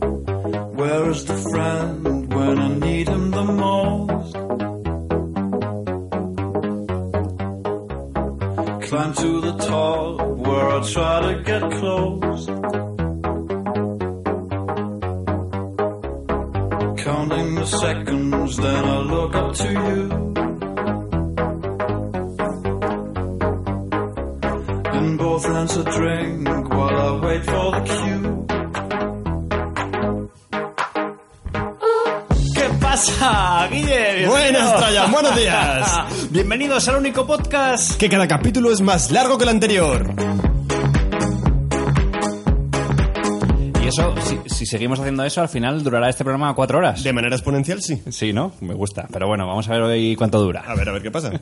Where's the friend when I need him the most? Climb to the top where I try to get close. Counting the seconds, then I look up to you. In both hands, a drink while I wait for the cue. ¿Qué pasa, Guille? Buenas, Trajan, buenos días. Bienvenidos al único podcast. Que cada capítulo es más largo que el anterior. Y eso, si, si seguimos haciendo eso, al final durará este programa cuatro horas. De manera exponencial, sí. Sí, ¿no? Me gusta. Pero bueno, vamos a ver hoy cuánto A dura. ver, a ver qué pasa.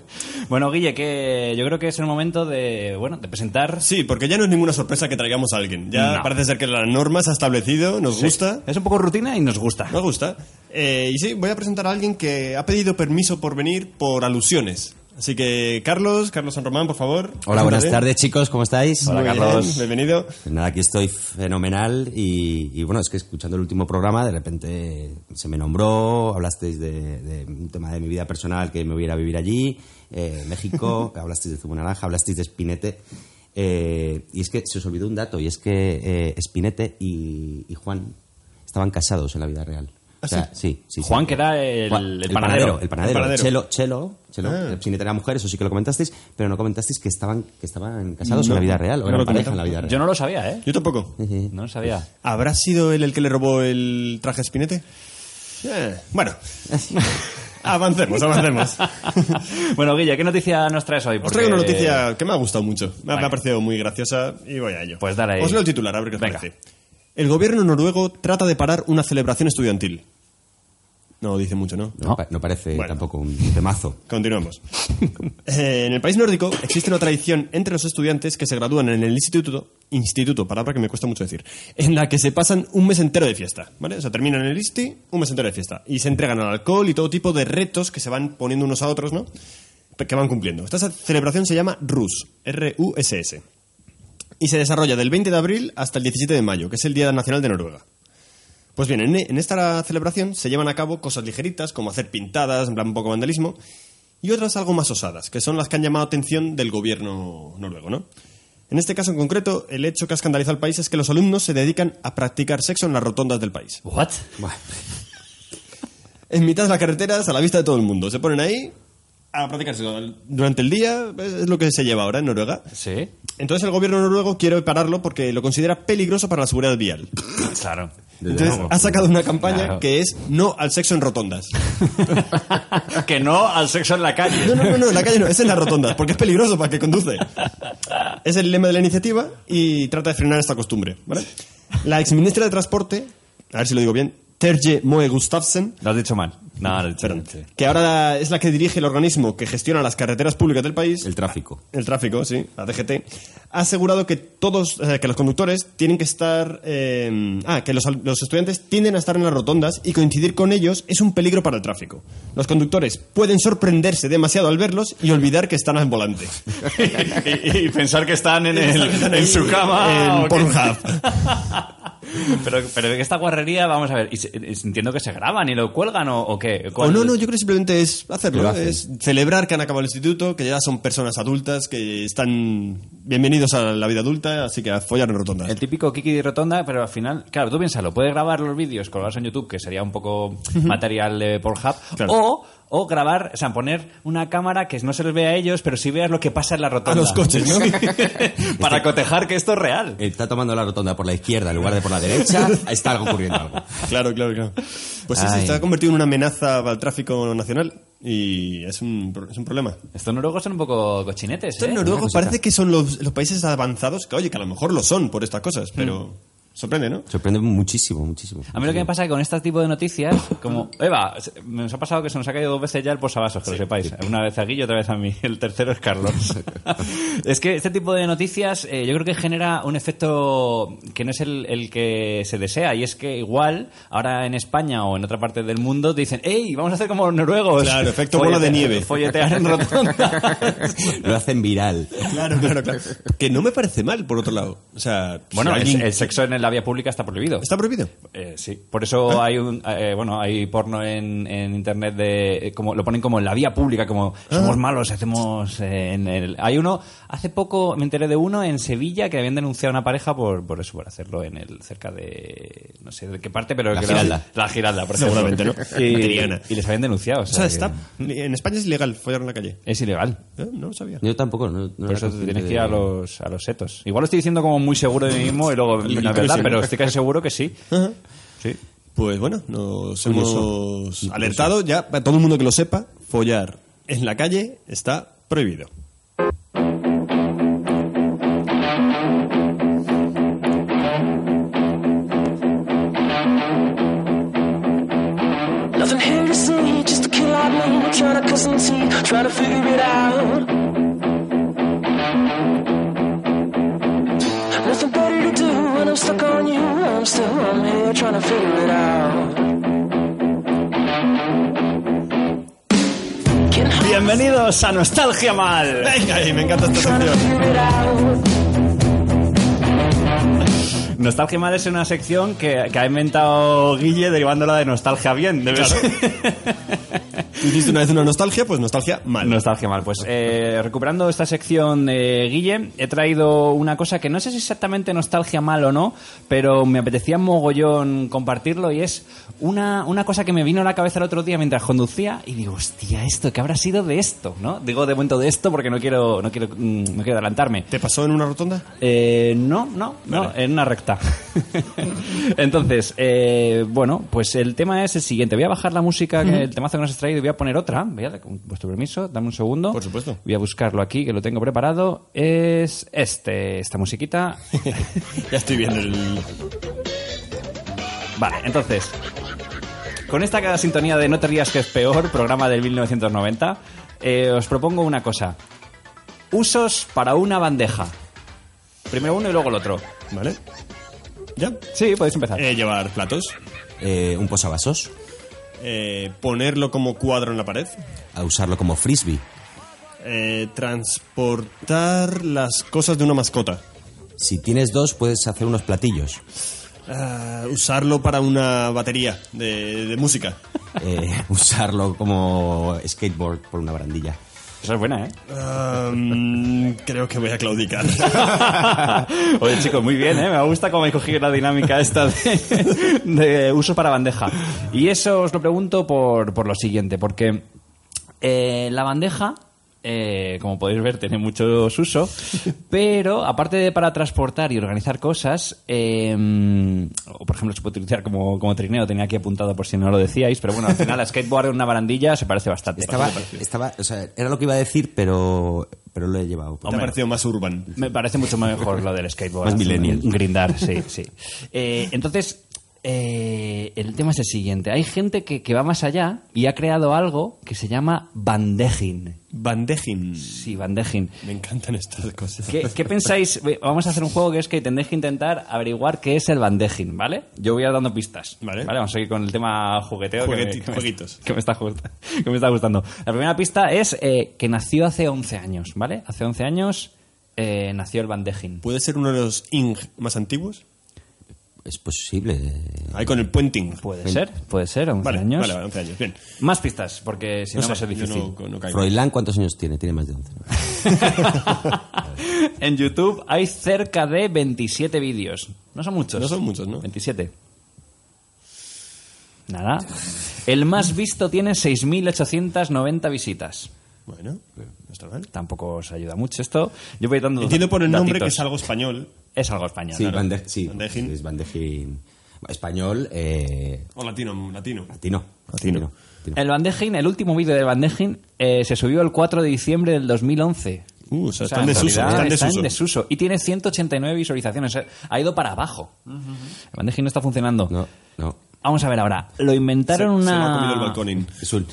Bueno, Guille, que yo creo que es el momento de, bueno, de presentar... Sí, porque ya no es ninguna sorpresa que traigamos a alguien. Ya No. parece ser que la norma se ha establecido, nos gusta. Es un poco rutina y nos gusta. Nos gusta. Eh, y sí, voy a presentar a alguien que ha pedido permiso por venir por alusiones. Así que, Carlos, Carlos San Román, por favor. Hola, buenas preséntate. tardes chicos, ¿cómo estáis? Hola, Muy bien, Carlos. bienvenido. Pues nada, aquí estoy fenomenal y, y bueno, es que escuchando el último programa de repente se me nombró, hablasteis de, de un tema de mi vida personal que me hubiera a vivir allí, eh, México, hablasteis de zumo naranja, hablasteis de Spinete eh, y es que se os olvidó un dato y es que eh, Spinete y, y Juan estaban casados en la vida real. O sea, sí, sí, sí. Juan, que era el, Juan- el el panadero. panadero, el panadero, El panadero. Chelo, Chelo, Chelo, Ah. Spinetta era mujer, eso sí que lo comentasteis, pero no comentasteis que estaban, que estaban casados en la vida real, o no eran lo pareja en la comentamos. vida real. Yo no lo sabía, ¿eh? Yo tampoco. No lo sabía. ¿Habrá sido él el que le robó el traje a Spinete? Eh, bueno, avancemos, avancemos. bueno, Guille, ¿qué noticia nos traes hoy? Os Porque- traigo una noticia que me ha gustado mucho. Me, ha- me Vale. ha parecido muy graciosa y voy a ello. Pues dale ahí. Os leo el titular, a ver qué os Venga. parece. El gobierno noruego trata de parar una celebración estudiantil. No dice mucho, ¿no? No, No. pa- no parece Bueno. tampoco un temazo. Continuamos. Eh, en el país nórdico existe una tradición entre los estudiantes que se gradúan en el instituto, instituto, palabra que me cuesta mucho decir, en la que se pasan un mes entero de fiesta, ¿vale? O sea, terminan el ISTI, un mes entero de fiesta, y se entregan al alcohol y todo tipo de retos que se van poniendo unos a otros, ¿no? Pe- Que van cumpliendo. Esta celebración se llama RUS, R-U-S-S, y se desarrolla del 20 de abril hasta el 17 de mayo, que es el Día Nacional de Noruega. Pues bien, en, en esta celebración se llevan a cabo cosas ligeritas, como hacer pintadas, en plan un poco vandalismo, y otras algo más osadas, que son las que han llamado atención del gobierno noruego, ¿no? En este caso en concreto, el hecho que ha escandalizado al país es que los alumnos se dedican a practicar sexo en las rotondas del país. ¿What? En mitad de las carreteras, a la vista de todo el mundo. Se ponen ahí a practicar sexo durante el día, es lo que se lleva ahora en Noruega. Sí, Entonces el gobierno noruego quiere pararlo porque lo considera peligroso para la seguridad vial. claro. Entonces ha sacado una campaña Claro. que es no al sexo en rotondas. que no al sexo en la calle. No, no, no, no, en la calle no, es en las rotondas, porque es peligroso para el que conduce. Es el lema de la iniciativa y trata de frenar esta costumbre. ¿vale? La exministra de Transporte, a ver si lo digo bien, Terje Moe Gustafsen, Lo has dicho mal. No, lo has dicho perdón, mal, sí. que ahora es la que dirige el organismo que gestiona las carreteras públicas del país, El tráfico. el tráfico, sí, la DGT, ha asegurado que todos, eh, que los conductores tienen que estar, eh, ah, que los, al- los estudiantes tienden a estar en las rotondas y coincidir con ellos es un peligro para el tráfico. Los conductores pueden sorprenderse demasiado al verlos y olvidar que están al volante. y, y- y pensar que están en, el- en su cama. En o que- Pornhub. pero, pero esta guarrería, vamos a ver, y se- y entiendo que se graban y lo cuelgan o, o qué. O ¿Cuál- no, no, yo creo que simplemente es Lo hacerlo, hacen. es celebrar que han acabado el instituto, que ya son personas adultas, que están bienvenidos a la vida adulta, así que a follar en rotondas. El típico Kiki de Rotonda, pero al final, claro, tú piénsalo, puedes grabar los vídeos colgados en YouTube, que sería un poco material de Pornhub, Claro. o, o grabar, o sea, poner una cámara que no se les vea a ellos, pero sí veas lo que pasa en la rotonda. A los coches, ¿no? Para cotejar que esto es real. Está tomando la rotonda por la izquierda en lugar de por la derecha. Está algo ocurriendo algo. Claro, claro, claro. Pues sí, se Ay. está convertido en una amenaza al tráfico nacional. Y es un, pro- es un problema. Estos noruegos son un poco cochinetes. Estos ¿eh? noruegos Una parece que son los, los países avanzados, que oye, que a lo mejor lo son por estas cosas, pero sorprende, ¿no? Sorprende muchísimo, muchísimo. A mí lo que me pasa es que con este tipo de noticias, como. Eva, se- nos ha pasado que se nos ha caído dos veces ya el posavasos, que lo sepáis. Una vez a Guillo, otra vez a mí. El tercero es Carlos. es que este tipo de noticias, eh, yo creo que genera un efecto que no es el, el que se desea. Y es que igual, ahora en España o en otra parte del mundo, te dicen, ¡Ey, vamos a hacer como los noruegos! Claro, efecto bola de Follete- nieve. Folletear en rotonda. Lo hacen viral. Claro, claro, claro. Que no me parece mal, por otro lado. O sea, si bueno, el- alguien- el, sexo en la vía pública está prohibido. está prohibido. Eh, sí, por eso hay un, eh, bueno, hay porno en, en internet de eh, como lo ponen como en la vía pública, como somos malos, hacemos eh, en el hay uno hace poco me enteré de uno en Sevilla que habían denunciado a una pareja por, por eso por hacerlo en el cerca de no sé de qué parte, pero La que Giralda. la, Giralda, por ejemplo. Seguramente, ¿no? Triana. Y, y les habían denunciado, o O sea, sea, que está, en España es ilegal follar en la calle. es ilegal. ¿Eh? No lo sabía. Yo tampoco, no, no Por era eso te consciente tienes que de- ir a los, a los setos. Igual lo estoy diciendo como muy seguro de mí mismo y luego Yo la creo que verdad, sí. pero estoy casi seguro que sí. Ajá. Sí. Pues bueno, nos Curioso. hemos alertado ya a todo el mundo que lo sepa, follar en la calle está prohibido. Nothing here to see, just a kid like me, trying to cut some teeth, trying to figure it out. Nothing better to do when I'm stuck on you. I'm still on here trying to figure it out. Can I Bienvenidos a Nostalgia Mal. Venga, y me encanta esta trying to canción. figure it out? Nostalgia Mal es una sección que, que ha inventado Guille derivándola de Nostalgia Bien. Debe ser. Tú Hiciste una vez una nostalgia, pues nostalgia mal. Nostalgia Mal. Pues eh, recuperando esta sección, eh, Guille, he traído una cosa que no sé si es exactamente Nostalgia Mal o no, pero me apetecía mogollón compartirlo y es una, una cosa que me vino a la cabeza el otro día mientras conducía y digo, hostia, esto, ¿qué habrá sido de esto? ¿No? Digo de momento de esto porque no quiero, no quiero, mm, no quiero adelantarme. ¿Te pasó en una rotonda? Eh, no, no, no, en una recta. Entonces, eh, bueno, pues el tema es el siguiente. Voy a bajar la música, que- el temazo que nos has traído, y voy a poner otra. Voy a, con vuestro permiso, dame un segundo. Por supuesto. Voy a buscarlo aquí, que lo tengo preparado. Es este, esta musiquita. Ya estoy viendo el... Vale, entonces, con esta sintonía de No te rías que es peor, programa del 1990, eh, os propongo una cosa. Usos para una bandeja. Primero uno y luego el otro. ¿Vale? ¿Ya? Sí, podéis empezar. Eh, llevar platos. Eh, un posavasos, Eh, ponerlo como cuadro en la pared. a usarlo como frisbee, Eh, transportar las cosas de una mascota. Si tienes dos, puedes hacer unos platillos. Ah, usarlo para una batería de, de música. Eh, usarlo como skateboard por una barandilla. Esa es buena, ¿eh? Ah, mm, creo que voy a claudicar. Oye, chicos, muy bien, ¿eh? Me gusta cómo he cogido la dinámica esta de, de uso para bandeja. Y eso os lo pregunto por, por lo siguiente, porque eh, la bandeja, eh, como podéis ver, tiene muchos usos, pero aparte de para transportar y organizar cosas, eh, o por ejemplo se puede utilizar como, como trineo, tenía aquí apuntado por si no lo decíais, pero bueno, al final la skateboard en una barandilla se parece bastante. Estaba, estaba, o sea, era lo que iba a decir, pero, pero lo he llevado. Me ha parecido más urban. Me parece mucho mejor lo del skateboard. Más millennial. Grindar, sí, sí. Eh, entonces, eh, el tema es el siguiente. Hay gente que, que va más allá y ha creado algo que se llama bandejing. Bandejin. Sí, bandejing. Me encantan estas cosas. ¿Qué, qué pensáis? Vamos a hacer un juego que es que tendréis que intentar averiguar qué es el bandejing, ¿vale? Yo voy a ir dando pistas. Vale. Vamos a seguir con el tema jugueteo. que me- Jugueti- que me- jueguitos. que me está gust- que me está gustando. La primera pista es eh, que nació hace 11 años, ¿vale? Hace 11 años eh, nació el bandejing. ¿Puede ser uno de los ing más antiguos? Es posible. Ahí con el puenting. Puede ser, puede ser, 11 Vale, años. vale, 11 años. Bien. Más pistas, porque si no, va a sé, ser yo difícil. no- no caigo. Froilán, ¿cuántos años tiene? Tiene más de 11. ¿no? en YouTube hay cerca de 27 vídeos. No son muchos. No son muchos, ¿no? 27. Nada. El más visto tiene 6.890 visitas. Bueno, no está mal. Tampoco os ayuda mucho esto. Yo voy dando Entiendo por el nombre que datitos. es algo español. Es algo español. Sí, claro. bande- sí, Bandejín. es bandejín. español eh, O latino, latino. latino. Latino. latino. El Van Degen, el último vídeo de Van Degen, eh, se subió el 4 de diciembre del 2011. Uh, o sea, O sea, está en desuso, realidad está en está desuso. desuso. Y tiene 189 visualizaciones. O sea, ha ido para abajo. El Van Degen no está funcionando. No, no. Vamos a ver ahora. Lo Se, inventaron se lo ha una. comido el balconín. Es un-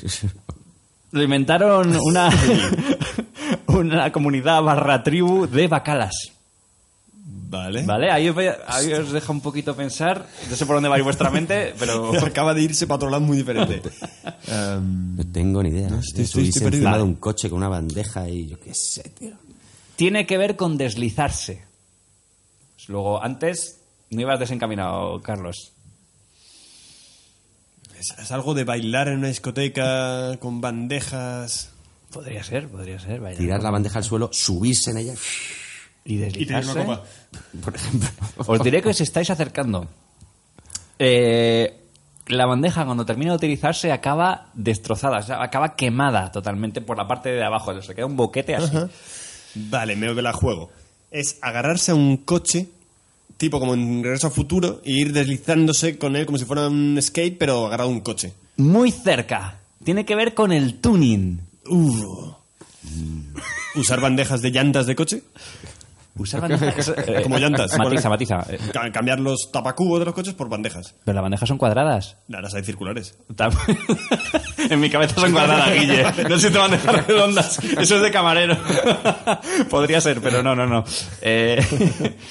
Lo inventaron una. una comunidad barra tribu de bacalas. Vale. ¿Vale? Ahí os, ve- ahí os deja un poquito pensar. No sé por dónde va a ir vuestra mente, pero. Acaba de irse para otro lado muy diferente. Em, No tengo ni idea. estoy- Estoy, estoy- estoy perdido. encima de Vale. un coche con una bandeja y yo qué sé, tío. Tiene que ver con deslizarse. Pues Luego, antes no ibas desencaminado, Carlos. es, es algo de bailar en una discoteca con bandejas. Podría ser, podría ser. vaya. Tirar la bandeja al suelo, subirse en ella. Y deslizarse. Por ejemplo. Os diré que os estáis acercando. Eh, la bandeja, cuando termina de utilizarse, acaba destrozada, o sea, acaba quemada totalmente por la parte de abajo. Se queda un boquete así. Vale, me veo que la juego. Es agarrarse a un coche, tipo como en Regreso al Futuro, e ir deslizándose con él como si fuera un skate, pero agarrado a un coche. Muy cerca. Tiene que ver con el tuning. Uh. Usar bandejas de llantas de coche, Usar bandejas. eh, como llantas. Matiza, matiza. Eh, Ca- cambiar los tapacubos de los coches por bandejas. Pero las bandejas son cuadradas. Nah, Las hay circulares. Tam- en mi cabeza son cuadradas, Guille. No sé si te van a dejar redondas. Eso es de camarero. Podría ser, pero no, no, no. Eh,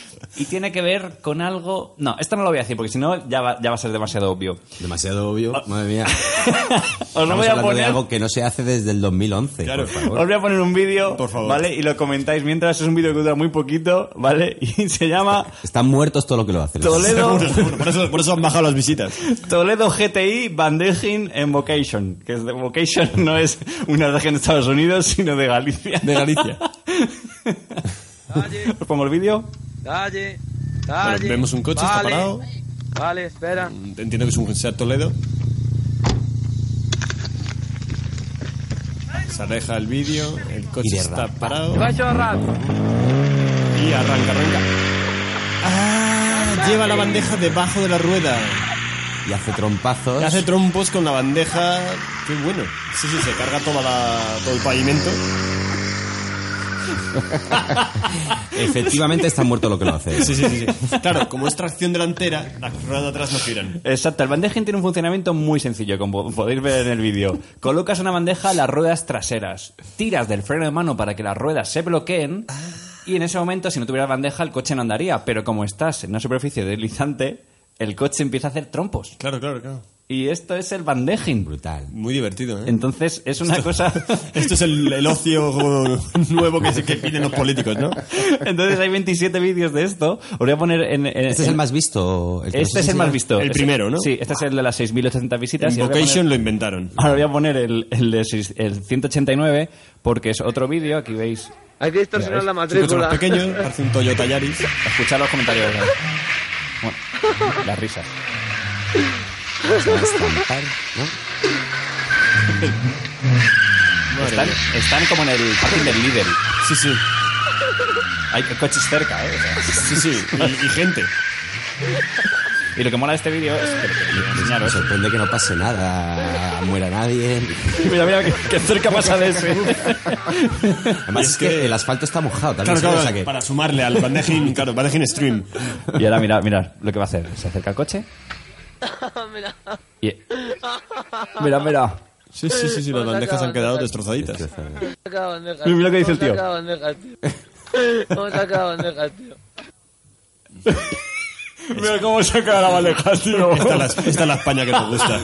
y tiene que ver con algo... No, esto no lo voy a decir porque si no ya va, ya va a ser demasiado obvio. Demasiado obvio, madre mía. Os lo Estamos voy a hablando de poner... algo que no se hace desde el 2011. Claro. por favor. Os voy a poner un vídeo, Por favor. ¿vale? Y lo comentáis mientras. Es un vídeo que dura muy poquito, ¿vale? Y se llama Están muertos todo lo que lo hacen. Toledo, Seguro, por, eso, por eso han bajado las visitas. Toledo GTI Bandejin en Vocation. Que es de Vocation no es una región de Estados Unidos, sino de Galicia. De Galicia. Calle, ¿Os pongo el vídeo? calle, Bueno, calle. vemos un coche, está vale, parado. Mm, Vale, espera. Entiendo que es un Seat Toledo. Se aleja el vídeo, el Y coche de está rap. parado Va a chorrar. y arranca, arranca. Ah, lleva la bandeja debajo de la rueda. Y hace trompazos. Le hace trompos con la bandeja. Qué bueno. Sí, sí, se carga toda la- todo el pavimento. Efectivamente están muertos lo que lo hacen. Sí, sí, sí, sí. Claro, como es tracción delantera, las ruedas de atrás no giran. Exacto, el bandejín tiene un funcionamiento muy sencillo, como po- podéis ver en el vídeo. Colocas una bandeja a las ruedas traseras, tiras del freno de mano para que las ruedas se bloqueen y en ese momento, si no tuvieras bandeja, el coche no andaría. Pero como estás en una superficie deslizante, el coche empieza a hacer trompos. Claro, claro, claro. Y esto es el bandejín. Brutal. Muy divertido, ¿eh? Entonces es una cosa... Esto es el, el ocio nuevo que, se- que piden los políticos, ¿no? Entonces hay 27 vídeos de esto. Os voy a poner en... en- Este es el en- más visto. el que Este nos es el más enseña. visto. El primero, ¿no? Sí, este es el de las 6.800 visitas. En y os voy a poner- Vocation lo inventaron. Ahora voy a poner el, el, de seis- el 189 porque es otro vídeo. Aquí veis. Hay que distorsionar la Es un coche matrícula. más pequeño, parece un Toyota Yaris. Escuchad los comentarios. Bueno, las risas. Está estampar, ¿no? Están, están como en el parking del líder. Sí, sí, Hay coches cerca, ¿eh? O sea, sí, sí. Y, y gente. Y lo que mola de este vídeo es. que- Me enseñaros. sorprende que no pase nada, muera nadie. Mira, mira, qué, qué cerca pasa de ese. Además es que el asfalto está mojado también. Claro, ¿sabes? claro, O sea que- para sumarle al Bandejín, claro, Bandejín Stream. Y ahora, mirad, mirad lo que va a hacer. Se acerca al coche. Y- Mira, mira. Sí, sí, sí, sí, las bandejas han quedado destrozaditas. Mira, mira lo que dice el tío. ¿Cómo saca bandejas, tío? Mira cómo saca la bandeja, tío. Esta es la, esta es la España que nos gusta.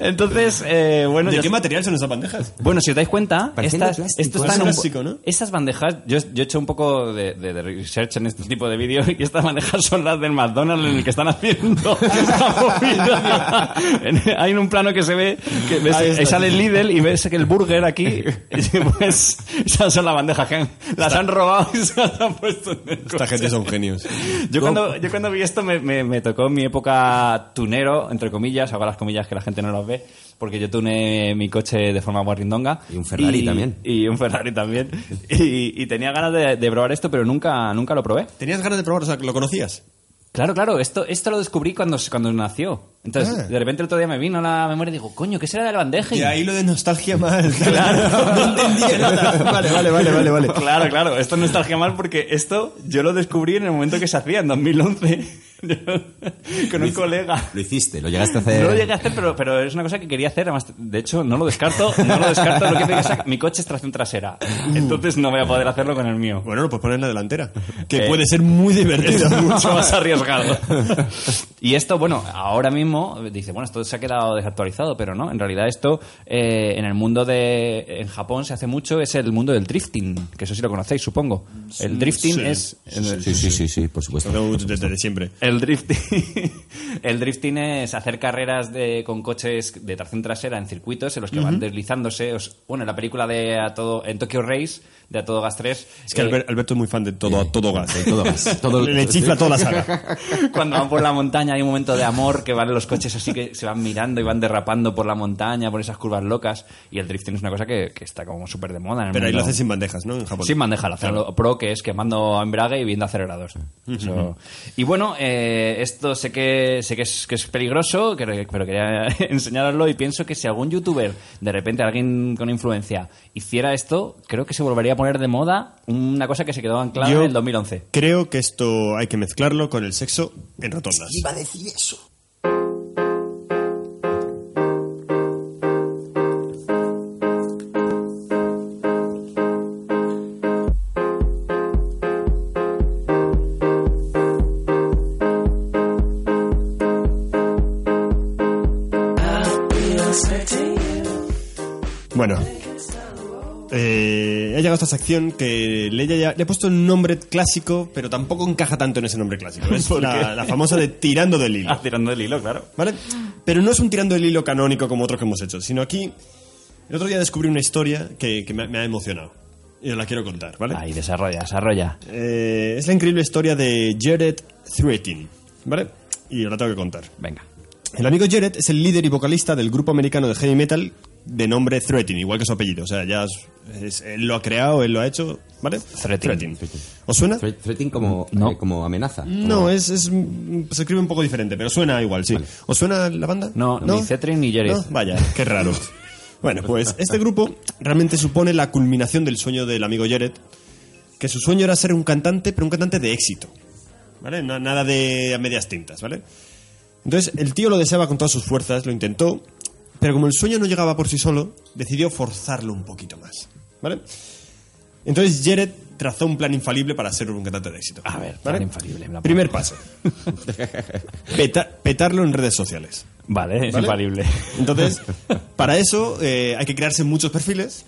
Entonces, eh, bueno. ¿De ya qué está. material son esas bandejas? Bueno, si os dais cuenta, Parecían de estas, plástico. esto Es está en un- plástico, ¿no? estas bandejas, yo, yo he hecho un poco de, de- de research en este tipo de vídeos y estas bandejas son las del McDonald's en el que están haciendo la movida. En- Hay un plano que se ve, que ves- Ahí está, ahí sale el Lidl y ves que el burger aquí, y pues esas son las bandejas que han- las han robado y se las han puesto en el Esta coche. gente son genios. Yo cuando, yo cuando vi esto me, me- me tocó mi época tunero, entre comillas, hago las comillas que la gente no las ve, porque yo tuné mi coche de forma guarrindonga. Y un Ferrari Y- también. Y un Ferrari también. Y, y tenía ganas de, de probar esto, pero nunca, nunca lo probé. ¿Tenías ganas de probar? O sea, ¿lo conocías? Claro, claro, esto, esto lo descubrí cuando, cuando nació. Entonces, Ah. de repente el otro día me vino a la memoria y digo, coño, ¿qué será de la bandeja? Y ahí lo de nostalgia mal. Claro. No entendía nada. Vale, vale, vale, vale, vale. Claro, claro, esto no está mal porque esto yo lo descubrí en el momento que se hacía, en 2011, Yo- con un colega. Lo hiciste, lo llegaste a hacer. No lo llegué a hacer, pero, pero es una cosa que quería hacer. Además, de hecho, no lo descarto. No lo descarto. Lo que pasa es que mi coche es tracción trasera. Entonces no voy a poder hacerlo con el mío. Bueno, lo puedes poner en la delantera. Que Eh. puede ser muy divertido. Es mucho más arriesgado. Y esto, bueno, ahora mismo dice, bueno, esto se ha quedado desactualizado, pero no, en realidad esto eh, en el mundo de... En Japón se hace mucho, es el mundo del drifting, que eso sí lo conocéis, supongo. El drifting sí. es... Sí, sí, sí, sí, por supuesto. Lo tengo Desde siempre. El drifting, el drifting es hacer carreras de, con coches de tracción trasera en circuitos en los que van deslizándose. Os- bueno, en la película de a todo en Tokyo Race de a todo gas eh, 3 Es que Albert- Alberto es muy fan de todo, a todo gas. Sí, todo gas. Todo- Le chifla toda la saga. Cuando van por la montaña hay un momento de amor que van los coches así que se van mirando y van derrapando por la montaña, por esas curvas locas. Y el drifting es una cosa que, que está como súper de moda. En el Pero ahí lo mundo. haces sin bandejas, ¿no? En Japón. Sin bandeja, lo hacen lo pro que es quemando embrague y viendo aceleradores. Eso. Y bueno, eh, esto sé que sé que es, que es peligroso, que- pero quería enseñaroslo y pienso que si algún youtuber, de repente alguien con influencia, hiciera esto, creo que se volvería a poner de moda una cosa que se quedó anclada Yo- en el 2011. Creo que esto hay que mezclarlo con el sexo en rotondas. Bueno. Eh, ha llegado esta sección que le, he- le he puesto un nombre clásico, pero tampoco encaja tanto en ese nombre clásico. Es la, la famosa de tirando del hilo. Ah, tirando del hilo, claro. ¿Vale? Pero no es un tirando el hilo canónico como otros que hemos hecho, sino aquí. El otro día descubrí una historia que, que me, ha- me ha emocionado. Y os la quiero contar, ¿vale? Ahí, desarrolla, desarrolla. Eh, es la increíble historia de Jared Threatin, ¿vale? Y os la tengo que contar. Venga. El amigo Jared es el líder y vocalista del grupo americano de heavy metal de nombre Threatin, igual que su apellido. O sea, ya es- es- él lo ha creado, él lo ha hecho, ¿vale? Threatin. ¿Os suena? Thre- Threatening como, No. eh, como amenaza. No, es, es- mm, se escribe un poco diferente, pero suena igual, sí. ¿Os suena la banda? No, ni Cetrin ni Jerez. No, vaya, qué raro. Bueno, pues este grupo realmente supone la culminación del sueño del amigo Jared, que su sueño era ser un cantante, pero un cantante de éxito. ¿Vale? No- nada de a medias tintas, ¿vale? Entonces, el tío lo deseaba con todas sus fuerzas, lo intentó, pero como el sueño no llegaba por sí solo, decidió forzarlo un poquito más. ¿Vale? Entonces Jared trazó un plan infalible para ser un cantante de éxito. A ver, plan infalible, me la Primer paso. Peta- petarlo en redes sociales. Vale, es ¿vale? infalible. Entonces, para eso eh, hay que crearse muchos perfiles,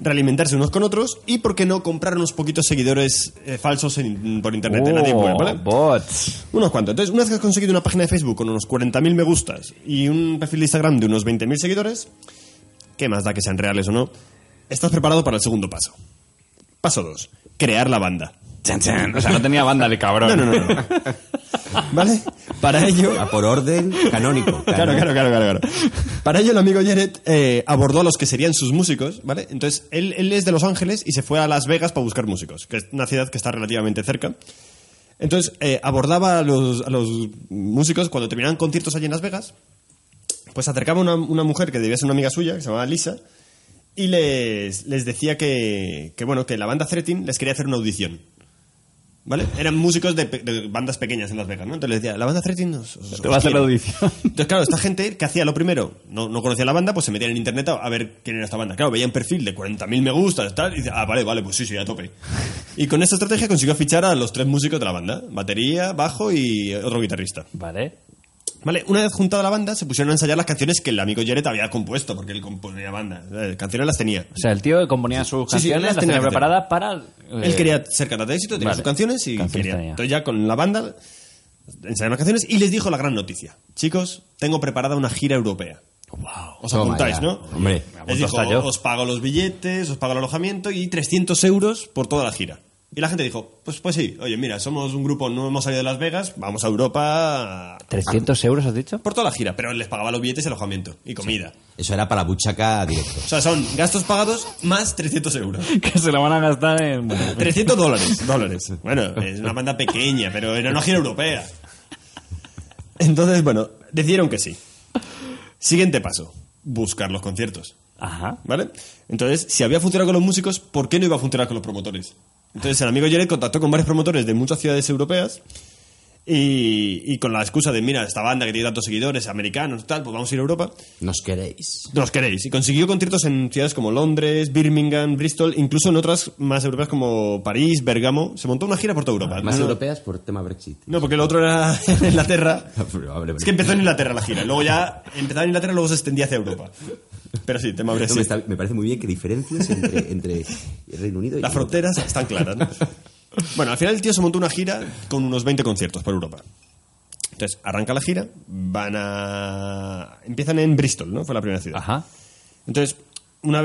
realimentarse unos con otros y, ¿por qué no, comprar unos poquitos seguidores eh, falsos en- por internet, en la Deep Web, ¿vale? bots. Unos cuantos. Entonces, una vez que has conseguido una página de Facebook con unos 40.000 me gustas y un perfil de Instagram de unos 20.000 seguidores, ¿qué más da que sean reales o no? Estás preparado para el segundo paso. Paso 2. Crear la banda. Chan, chan. O sea, no tenía banda el cabrón. No, no, no. no. ¿Vale? Para ello... A por orden canónico. Claro, claro, claro, claro. Para ello el amigo Jared eh, abordó a los que serían sus músicos, ¿vale? Entonces, él, él es de Los Ángeles y se fue a Las Vegas para buscar músicos, que es una ciudad que está relativamente cerca. Entonces, eh, abordaba a los, a los músicos cuando terminaban conciertos allí en Las Vegas, pues se acercaba una, una mujer que debía ser una amiga suya, que se llamaba Lisa, y les, les decía que, que, bueno, que la banda Threatin les quería hacer una audición. ¿Vale? Eran músicos de, pe- de bandas pequeñas en Las Vegas, ¿no? Entonces les decía, la banda Threatin os, os- Te va a os hacer la quiere". audición. Entonces, claro, esta gente que hacía lo primero, no, no conocía la banda, pues se metían en internet a, a ver quién era esta banda. Claro, veían perfil de 40.000 me gustas, tal, y dice, ah, vale, vale, pues sí, sí, a tope. Y con esta estrategia consiguió fichar a los tres músicos de la banda, batería, bajo y otro guitarrista. Vale. Vale, una vez juntada la banda, se pusieron a ensayar las canciones que el amigo Jared había compuesto, porque él componía banda, eh, canciones las tenía. O sea, el tío componía sus Sí, sí, las canciones, las tenía tenía que tener. preparadas para... eh, Él quería ser cantante de éxito, tenía vale. sus canciones y Canciones quería. tenía. Entonces ya con la banda ensayaron las canciones y les dijo la gran noticia. Chicos, tengo preparada una gira europea. Os Toma apuntáis, ya. ¿no? Hombre, les apunto dijo, hasta yo. os pago los billetes, os pago el alojamiento y 300 euros por toda la gira. Y la gente dijo, pues, pues sí, oye, mira, somos un grupo, no hemos salido de Las Vegas, vamos a Europa a- 300 euros, has dicho. por toda la gira. Pero les pagaba los billetes, y alojamiento y comida. Eso era para buchaca directo. O sea, son gastos pagados más 300 euros. Que se lo van a gastar en... 300 dólares. dólares. Bueno, es una banda pequeña, pero era una gira europea. Entonces, bueno, decidieron que sí. Siguiente paso, buscar los conciertos. Ajá. ¿Vale? Entonces, si había funcionado con los músicos, ¿por qué no iba a funcionar con los promotores? Entonces, el amigo Jared contactó con varios promotores de muchas ciudades europeas y, y con la excusa de, mira, esta banda que tiene tantos seguidores, americanos, tal, pues vamos a ir a Europa. Nos queréis. Los queréis. Y consiguió conciertos en ciudades como Londres, Birmingham, Bristol, incluso en otras más europeas como París, Bergamo. Se montó una gira por toda Europa. Más No, no. europeas por tema Brexit. No, porque el otro era en Inglaterra. Probablemente. Es que empezó en Inglaterra la gira. Luego ya empezaba en Inglaterra, luego se extendía hacia Europa. Pero sí, tema No, me, Brexit. está- me parece muy bien que diferencias entre, entre Reino Unido y. Las fronteras están claras. ¿no? Bueno, al final el tío se montó una gira con unos 20 conciertos por Europa. Entonces, arranca la gira, van a... Empiezan en Bristol, ¿no? Fue la primera ciudad. Ajá. Entonces, una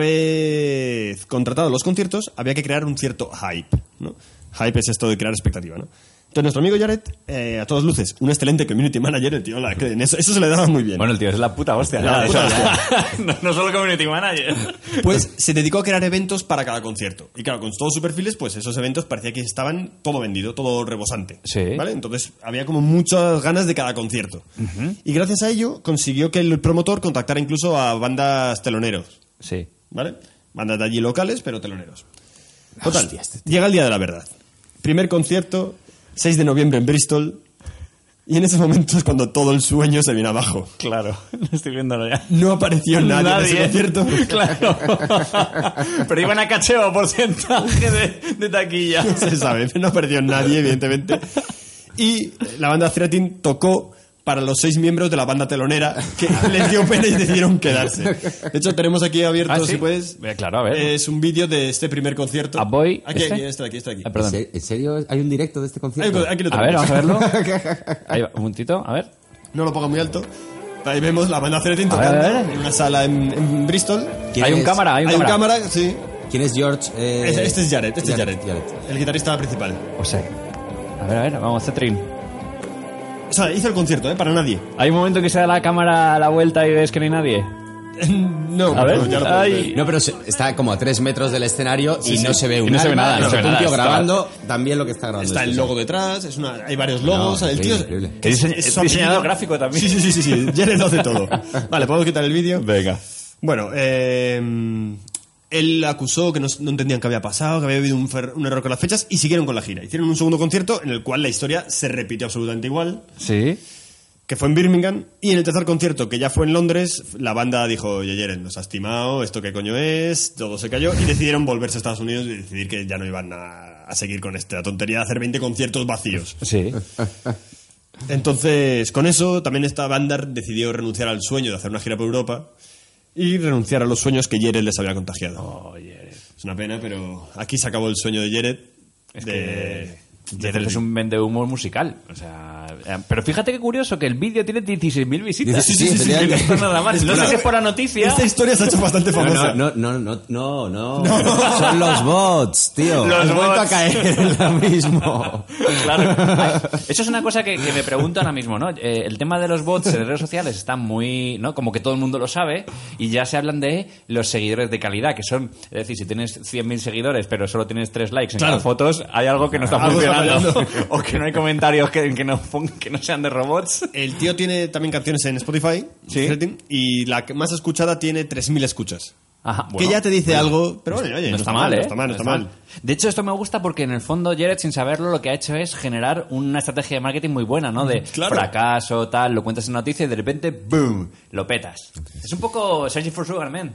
vez contratados los conciertos, había que crear un cierto hype. ¿no? Hype es esto de crear expectativa. ¿no? Entonces, nuestro amigo Jared, eh, a todas luces, un excelente community manager, el tío, la que en eso, eso se le daba muy bien. Bueno, el tío es la puta hostia. La ya, puta eso ya. no, no solo community manager. Pues se dedicó a crear eventos para cada concierto. Y claro, con todos sus perfiles, pues esos eventos parecía que estaban todo vendido, todo rebosante. Sí. ¿Vale? Entonces había como muchas ganas de cada concierto. Y gracias a ello consiguió que el promotor contactara incluso a bandas teloneros. Sí. ¿vale? Bandas de allí locales, pero teloneros. Total, este llega el día de la verdad. Primer concierto, 6 de noviembre en Bristol. Y en ese momento es cuando todo el sueño se viene abajo. Claro. Estoy viéndolo ya. No apareció nadie, en ese concierto. Claro. Pero iban a cacheo porcentaje de, de taquilla. No se sabe, no apareció nadie, evidentemente. Y la banda Threatin tocó para los seis miembros de la banda telonera que les dio pena y decidieron quedarse. De hecho, tenemos aquí abierto, Ah, ¿sí? si puedes. Eh, claro, a ver. Es un vídeo de este primer concierto. ¿A Boy? Aquí, ¿Este? aquí, está aquí, está aquí. Ah, ¿En perdón. se- ¿En serio? ¿Hay un directo de este Ahí, concierto? pues, aquí lo A ver, tenemos. vamos a verlo. Ahí va, un momentito, a ver. No lo pongo muy alto. Ahí vemos la banda Threatin A ver, tocando a ver. en una sala en, en Bristol. ¿Quién Hay un es? cámara, hay un cámara. cámara, sí. ¿Quién es George? Eh, Este, este es Jared, este es Jared, Jared, Jared. el guitarrista principal. O sea, a ver, a ver, vamos, Cetrin. O sea, hizo el concierto, ¿eh? Para nadie. Hay un momento que se da la cámara a la vuelta y ves que no hay nadie. No, A ver, ya lo puedo ay. No, pero se- está como a tres metros del escenario y no se ve Y un no se ve alma, nada, no es se ve un nada, tío está- grabando también lo que está grabando. Está este el señor. logo detrás, es una, hay varios logos. No, el tío es- increíble, increíble. Es, dise- es es su diseñador apellido. gráfico también. Sí, sí, sí, sí, sí. Jared lo hace todo. Vale, podemos quitar el vídeo. Venga. Bueno, eh, él acusó que no, no entendían qué había pasado, que había habido un, fer- un error con las fechas y siguieron con la gira. Hicieron un segundo concierto en el cual la historia se repitió absolutamente igual, Sí. que fue en Birmingham. Y en el tercer concierto, que ya fue en Londres, la banda dijo, oye, Jared, nos has timado, esto qué coño es, todo se cayó. Y decidieron volverse a Estados Unidos y decidir que ya no iban a, a seguir con esta tontería de hacer 20 conciertos vacíos. Sí. Entonces, con eso, también esta banda decidió renunciar al sueño de hacer una gira por Europa y renunciar a los sueños que Jared les había contagiado. Oh, Es una pena, pero aquí se acabó el sueño de Jared. de- de- Jared es un vendehumor musical. O sea, eh, pero fíjate qué curioso que el vídeo tiene 16.000 visitas. Sí, sí, sí, no efectivamente. está nada mal. No sé si este es por la noticia. Esta historia se ha hecho bastante No, famosa. No, no, no, no, no, no. Son los bots, tío. Los Has vuelto a bots. caer en lo mismo. Este, Claro. Ay, Eso es una cosa que, que me pregunto ahora mismo, ¿no? Eh, el tema de los bots en las redes sociales está muy, ¿no? Como que todo el mundo lo sabe y ya se hablan de los seguidores de calidad, que son, es decir, si tienes 100.000 seguidores pero solo tienes 3 likes en Claro. cada fotos, hay algo que no está Algo está funcionando. fallando. o que no hay comentarios que, que no, pon- que no sean de robots. El tío tiene también canciones en Spotify Sí. Threatin, y la que más escuchada tiene 3.000 escuchas. Ajá, que bueno. ya te dice algo, pero bueno, oye, no, está, mal, ¿eh? No está mal, no está mal. De hecho, esto me gusta porque en el fondo Jared, sin saberlo, lo que ha hecho es generar una estrategia de marketing muy buena, ¿no? De Claro. fracaso, tal, lo cuentas en noticias y de repente, ¡boom! Lo petas. Es un poco Searching for Sugar Man.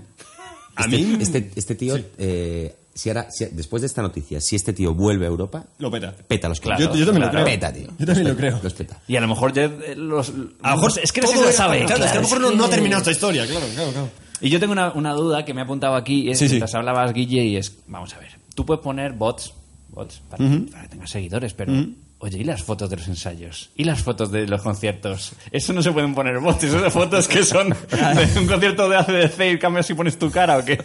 A mí Este, este tío, eh, si ahora, si- después de esta noticia, si este tío vuelve a Europa, lo peta. peta los Claro, clavos. yo, yo también claro. lo creo. Peta, tío. Yo también lo Los peta, creo. Los peta. Y a lo mejor Jared eh, los... A lo mejor es que no se todo lo era- sabe. claro, es que a lo mejor es no, no ha que- terminado esta historia, claro, claro, claro. Y yo tengo una, una duda que me he apuntado aquí es, Sí, sí. mientras hablabas, Guille, y es, vamos a ver, tú puedes poner bots, bots para, para que tengas seguidores, pero... Oye, ¿y las fotos de los ensayos? ¿Y las fotos de los conciertos? Eso no se pueden poner bots, esas son fotos que son de un concierto de ACDC y cambias y pones tu cara o qué.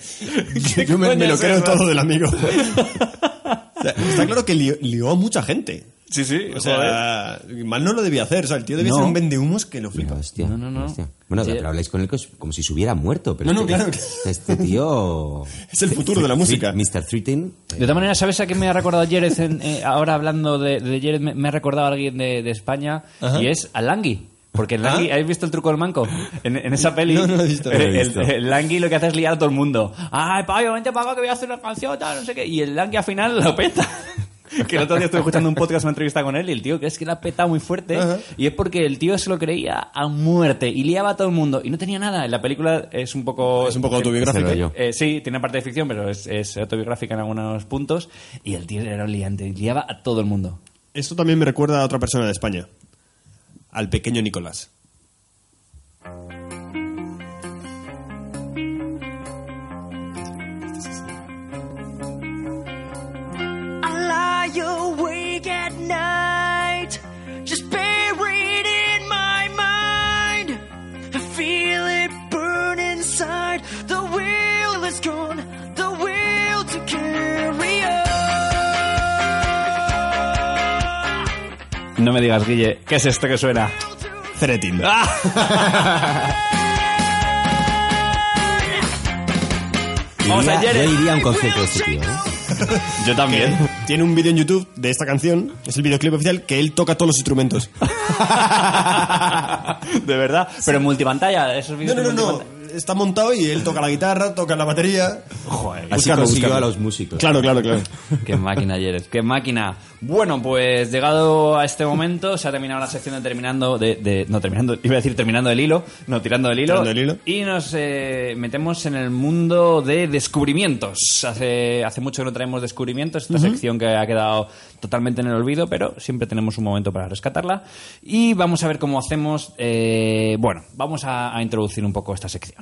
¿Qué Yo me, coño me lo es creo eso? todo del amigo. O sea, está claro que lió, lió a mucha gente. Sí, sí, O sea, mal no lo debía hacer. O sea, el tío debía No. ser un vendehumos que lo No, flipa. hostia, No, no, no. hostia. Bueno, Sí. pero habláis con él cos- como si se hubiera muerto. Pero No, no, este, claro. Este tío... Es el futuro de la música. Mr. Threaten. De todas maneras, ¿sabes a qué me ha recordado Jerez en- eh, ahora hablando de, de Jerez? Me, me ha recordado a alguien de, de España y es a Langui. Porque el Langui, ¿habéis visto el truco del manco? En, en esa peli. Ah. No, no lo he visto. el- No lo he el- visto. el Langui lo que hace es liar a todo el mundo. Ay, Pablo, vente para acá que voy a hacer una canción, tal, no sé qué. Y el Langui al final la peta. Que el otro día estuve escuchando un podcast, una entrevista con él, y el tío que es que la peta muy fuerte. Y es porque el tío se lo creía a muerte y liaba a todo el mundo. Y no tenía nada. En la película es un poco. Es un poco autobiográfico. yo. Eh, sí, tiene parte de ficción, pero es, es autobiográfica en algunos puntos. Y el tío era un liante, y liaba a todo el mundo. Esto también me recuerda a otra persona de España. Al pequeño Nicolás. I lie awake at night, just buried in my mind. I feel it burn inside. The will is gone, the will to carry on. No me digas, Guille, ¿qué es esto que suena? Ceretín. Ah, Ah. Vamos Iría- a Jared. Yo iría a un concierto de este tío, ¿eh? Yo también. Tiene un vídeo en YouTube de esta canción. Es el videoclip oficial que él toca todos los instrumentos. de verdad. Pero en multipantalla, esos No, vídeos. no, no, en no. multipantalla. Está montado y él toca la guitarra, toca la batería. Así consiguió a los músicos. Claro, claro, claro. Qué máquina, Jared, qué máquina. Bueno, pues llegado a este momento, se ha terminado la sección de terminando. De, de- no, terminando, iba a decir terminando el hilo. No, tirando el hilo. Tirando el hilo. Y nos eh, metemos en el mundo de descubrimientos. Hace, hace mucho que no traemos descubrimientos, esta sección que ha quedado totalmente en el olvido, pero siempre tenemos un momento para rescatarla. Y vamos a ver cómo hacemos. eh, bueno, vamos a, a introducir un poco esta sección.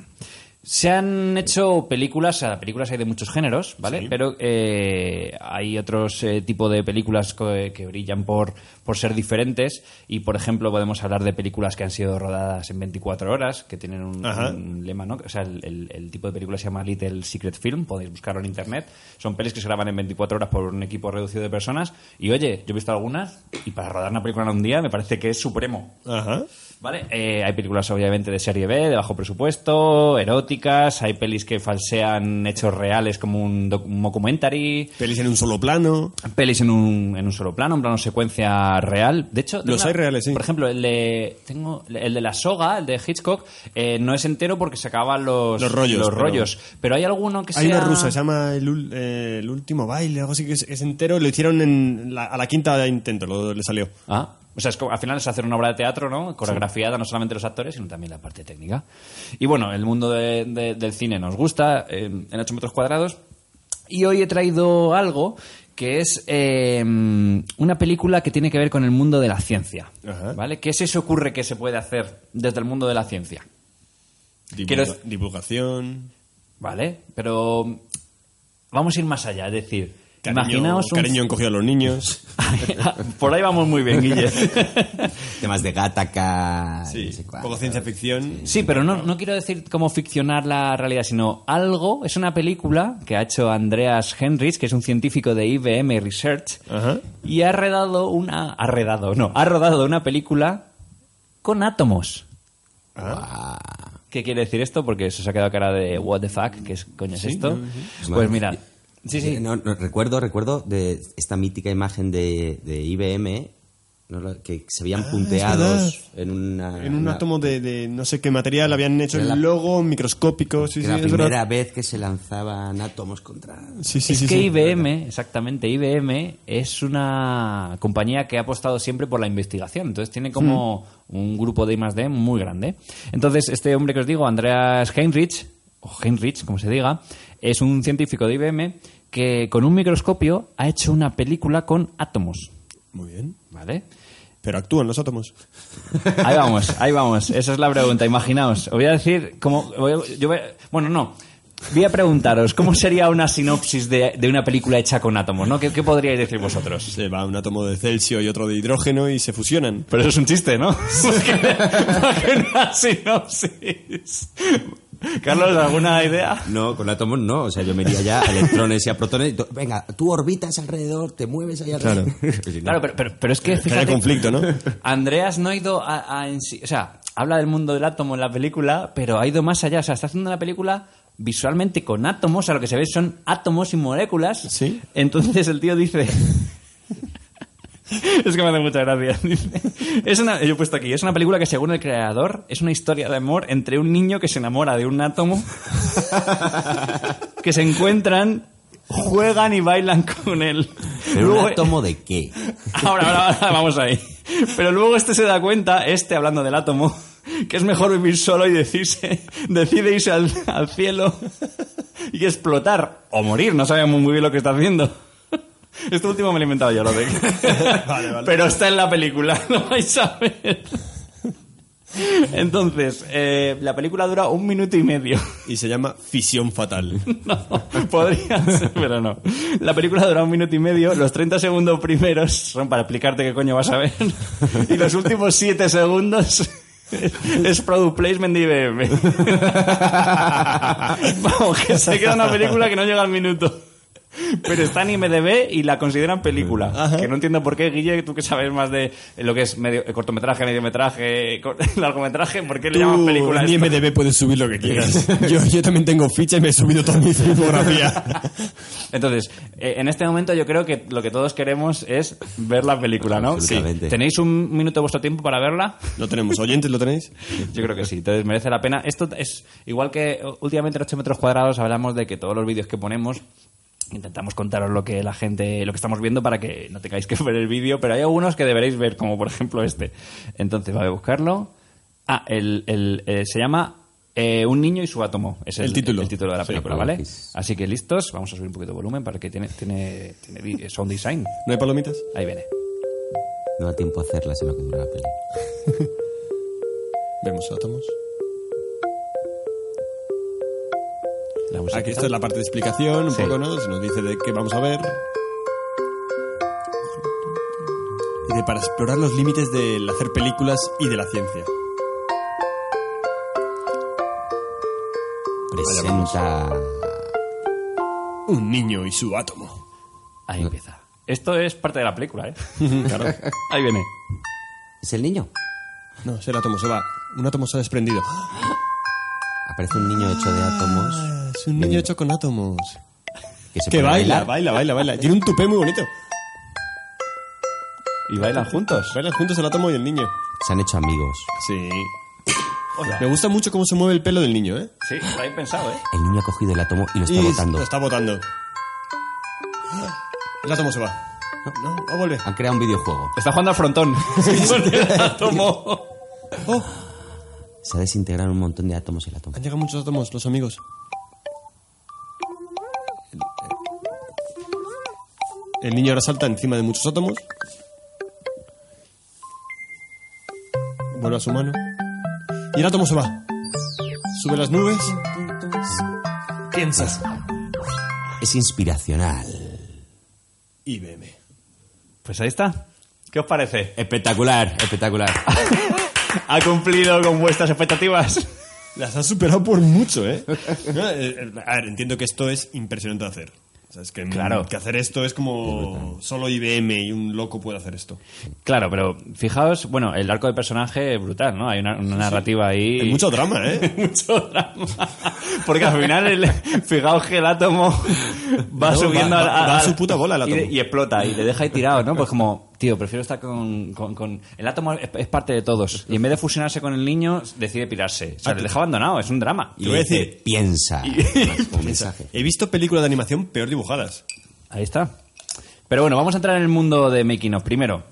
Se han hecho películas, o sea, películas hay de muchos géneros, ¿vale? Pero eh, hay otros eh, tipo de películas co- eh, que brillan por, por ser diferentes y, por ejemplo, podemos hablar de películas que han sido rodadas en 24 horas, que tienen un- Ajá. un un lema, ¿no? O sea, el, el- el tipo de película se llama Little Secret Film, podéis buscarlo en internet. Son pelis que se graban en 24 horas por un equipo reducido de personas. Y oye, yo he visto algunas y para rodar una película en un día me parece que es supremo. Ajá. ¿Vale? Eh, hay películas obviamente de serie B, de bajo presupuesto, eróticas, hay pelis que falsean hechos reales como un, doc- un documentary, Pelis en un solo plano. pelis en un, en un solo plano, en plano secuencia real. De hecho, tengo Los hay reales, sí. Por ejemplo, el de, tengo, el de la soga, el de Hitchcock, eh, no es entero porque se acaban los, Los rollos, pero- rollos. Pero... hay alguno que Hay sea... una rusa, se llama el, Ul- eh, El último baile, algo así que es, es entero. Lo hicieron en la- a la quinta intento, lo- le salió. Ah. O sea, es como- al final es hacer una obra de teatro, ¿no? Coreografiada, no solamente los actores, sino también la parte técnica. Y bueno, el mundo de- de- del cine nos gusta, eh, en 8 metros cuadrados. Y hoy he traído algo que es eh, una película que tiene que ver con el mundo de la ciencia. Ajá. ¿Vale? ¿Qué se os ocurre que se puede hacer desde el mundo de la ciencia? Divulga- Quiero dec- Divulgación. ¿Vale? Pero mm, vamos a ir más allá, es decir, Cariño, imaginaos un... cariño encogido a los niños. Por ahí vamos muy bien, Guille. Temas de Gataca. Sí, no sé cuál. poco ciencia ficción. Sí, pero no, no quiero decir como ficcionar la realidad, sino algo. Es una película que ha hecho Andreas Henrich, que es un científico de IBM Research, Ajá. y ha redado una. Ha redado, no. Ha rodado una película con átomos. Ah. ¿Qué quiere decir esto? Porque eso se ha quedado cara de what the fuck, que es, coño es esto. Pues mira. Sí, sí. No, no, recuerdo, recuerdo de esta mítica imagen de, de IBM ¿no? La- que se habían Ah, verdad. punteados en una. En un una- átomo de, de no sé qué material habían hecho Era Eh, la- el logo microscópico. Sí, que sí, era la es verdad. primera vez que se lanzaban átomos contra. Sí, sí, es sí, que sí. IBM, exactamente, IBM es una compañía que ha apostado siempre por la investigación. Entonces Mm. tiene como un grupo de I más D muy grande. Entonces, este hombre que os digo, Andreas Heinrich, o Heinrich, como se diga, es un científico de IBM que con un microscopio ha hecho una película con átomos. Muy bien. ¿Vale? Pero actúan los átomos. Ahí vamos, ahí vamos. Esa es la pregunta. Imaginaos. Os voy a decir cómo. voy a- yo voy a- bueno, no. Voy a preguntaros cómo sería una sinopsis de, de una película hecha con átomos, ¿no? ¿Qué, qué podríais decir vosotros? Pues Se va un átomo de Celsius y otro de hidrógeno y se fusionan. Pero eso es un chiste, ¿no? una sinopsis. Carlos, ¿alguna idea? No, con átomos no. O sea, yo me iría ya a electrones y a protones. y to- Venga, tú orbitas alrededor, te mueves allá alrededor. Claro, pero, pero, pero es que. Que haya fíjate- conflicto, ¿no? Andreas no ha ido a, a en sí- O sea, habla del mundo del átomo en la película, pero ha ido más allá. O sea, está haciendo una película visualmente con átomos. O sea, lo que se ve son átomos y moléculas. Sí. Entonces el tío dice... Es que me hace mucha gracia. Dice, Es una, yo he puesto aquí, es una película que según el creador es una historia de amor entre un niño que se enamora de un átomo, que se encuentran, juegan y bailan con él. ¿Pero Luego- un átomo de qué? Ahora, ahora, ahora, vamos ahí. Pero luego este se da cuenta, este hablando del átomo, que es mejor vivir solo y decirse, decide irse al, al cielo y explotar o morir. No sabemos muy bien lo que está haciendo. Este último me lo he inventado yo, lo de. Pero está en la película, no vais a ver. Entonces, eh, la película dura un minuto y medio. Y se llama Fisión Fatal. No, podría ser, pero no. La película dura un minuto y medio, los 30 segundos primeros son para explicarte qué coño vas a ver, y los últimos 7 segundos es product placement de IBM. Vamos, que se queda una película que no llega al minuto. Pero está en IMDB y la consideran película. Que no entiendo por qué, Guille, tú que sabes más de lo que es medio, cortometraje, mediometraje, cor- largometraje, ¿por qué le llaman película? a en esto? IMDB puedes subir lo que quieras. yo, yo también tengo ficha y me he subido toda mi filmografía. Entonces, eh, en este momento yo creo que lo que todos queremos es ver la película, ¿no? Absolutamente. ¿Tenéis un minuto de vuestro tiempo para verla? ¿Lo tenemos? ¿Oyentes lo tenéis? Yo creo que sí, entonces merece la pena. Esto es igual que eh, últimamente en 8 metros cuadrados hablamos de que todos los vídeos que ponemos intentamos contaros lo que la gente, lo que estamos viendo para que no tengáis que ver el vídeo, pero hay algunos que deberéis ver, como por ejemplo este. Entonces, vale, buscarlo. Ah, el, el, eh, se llama eh, Un niño y su átomo. Es el, El título. El título de la Sí, película, claro. ¿vale? Así que listos, vamos a subir un poquito de volumen para que tiene, tiene, tiene vi- eh, sound design. ¿No hay palomitas? Ahí viene. No da tiempo a hacerlas en lo que dura la peli. Vemos átomos. La música. Pues Aquí esta es la parte de explicación, un Sí. poco, ¿no? Se nos dice de qué vamos a ver. Y de para explorar los límites del hacer películas y de la ciencia. Presenta... Un niño y su átomo. Ahí empieza. Esto es parte de la película, ¿eh? claro. Ahí viene. ¿Es el niño? No, es el átomo, se va. Un átomo se ha desprendido. Aparece un niño hecho de átomos Ah, Es un niño hecho con átomos. que se Que pone a baila, bailar. baila, baila, baila. Tiene un tupé muy bonito. Y bailan juntos. Bailan juntos el átomo y el niño. Se han hecho amigos. Sí. Me gusta mucho cómo se mueve el pelo del niño, ¿eh? Sí, lo habéis pensado, ¿eh? El niño ha cogido el átomo y lo está Y botando. Lo está botando. El átomo se va. No, no, vuelve. Han creado un videojuego. Está jugando al frontón. Con el átomo. Oh. Se ha desintegrado un montón de átomos el átomo. Han llegado muchos átomos, los amigos. eh, El niño ahora salta encima de muchos átomos. Vuelve a su mano. Y el átomo se va. Sube las nubes. Piensas. Es inspiracional. IBM. Pues ahí está. ¿Qué os parece? Espectacular, espectacular. ¿Ha cumplido con vuestras expectativas? Las ha superado por mucho, ¿eh? No, eh, eh, A ver, entiendo que esto es impresionante de hacer. O sea, es que, Claro. que hacer esto es como solo IBM y un loco puede hacer esto. Claro, pero fijaos, bueno, el arco de personaje es brutal, ¿no? Hay una, una narrativa ahí. Hay mucho drama, ¿eh? mucho drama. Porque al final, el- fijaos que el átomo va No, subiendo va- al- va- va al- a su puta bola el y- átomo. Y, explota y le deja ahí tirado, ¿no? Pues como, tío, prefiero estar con. con- con- El átomo es, es parte de todos. Y en vez de fusionarse con el niño, decide pirarse. O sea, Ah, le deja abandonado, es un drama. Y Te voy a dice, decir- piensa. Además, como un mensaje. He visto películas de animación peor dibujadas. Ahí está. Pero bueno, vamos a entrar en el mundo de Making of. Primero,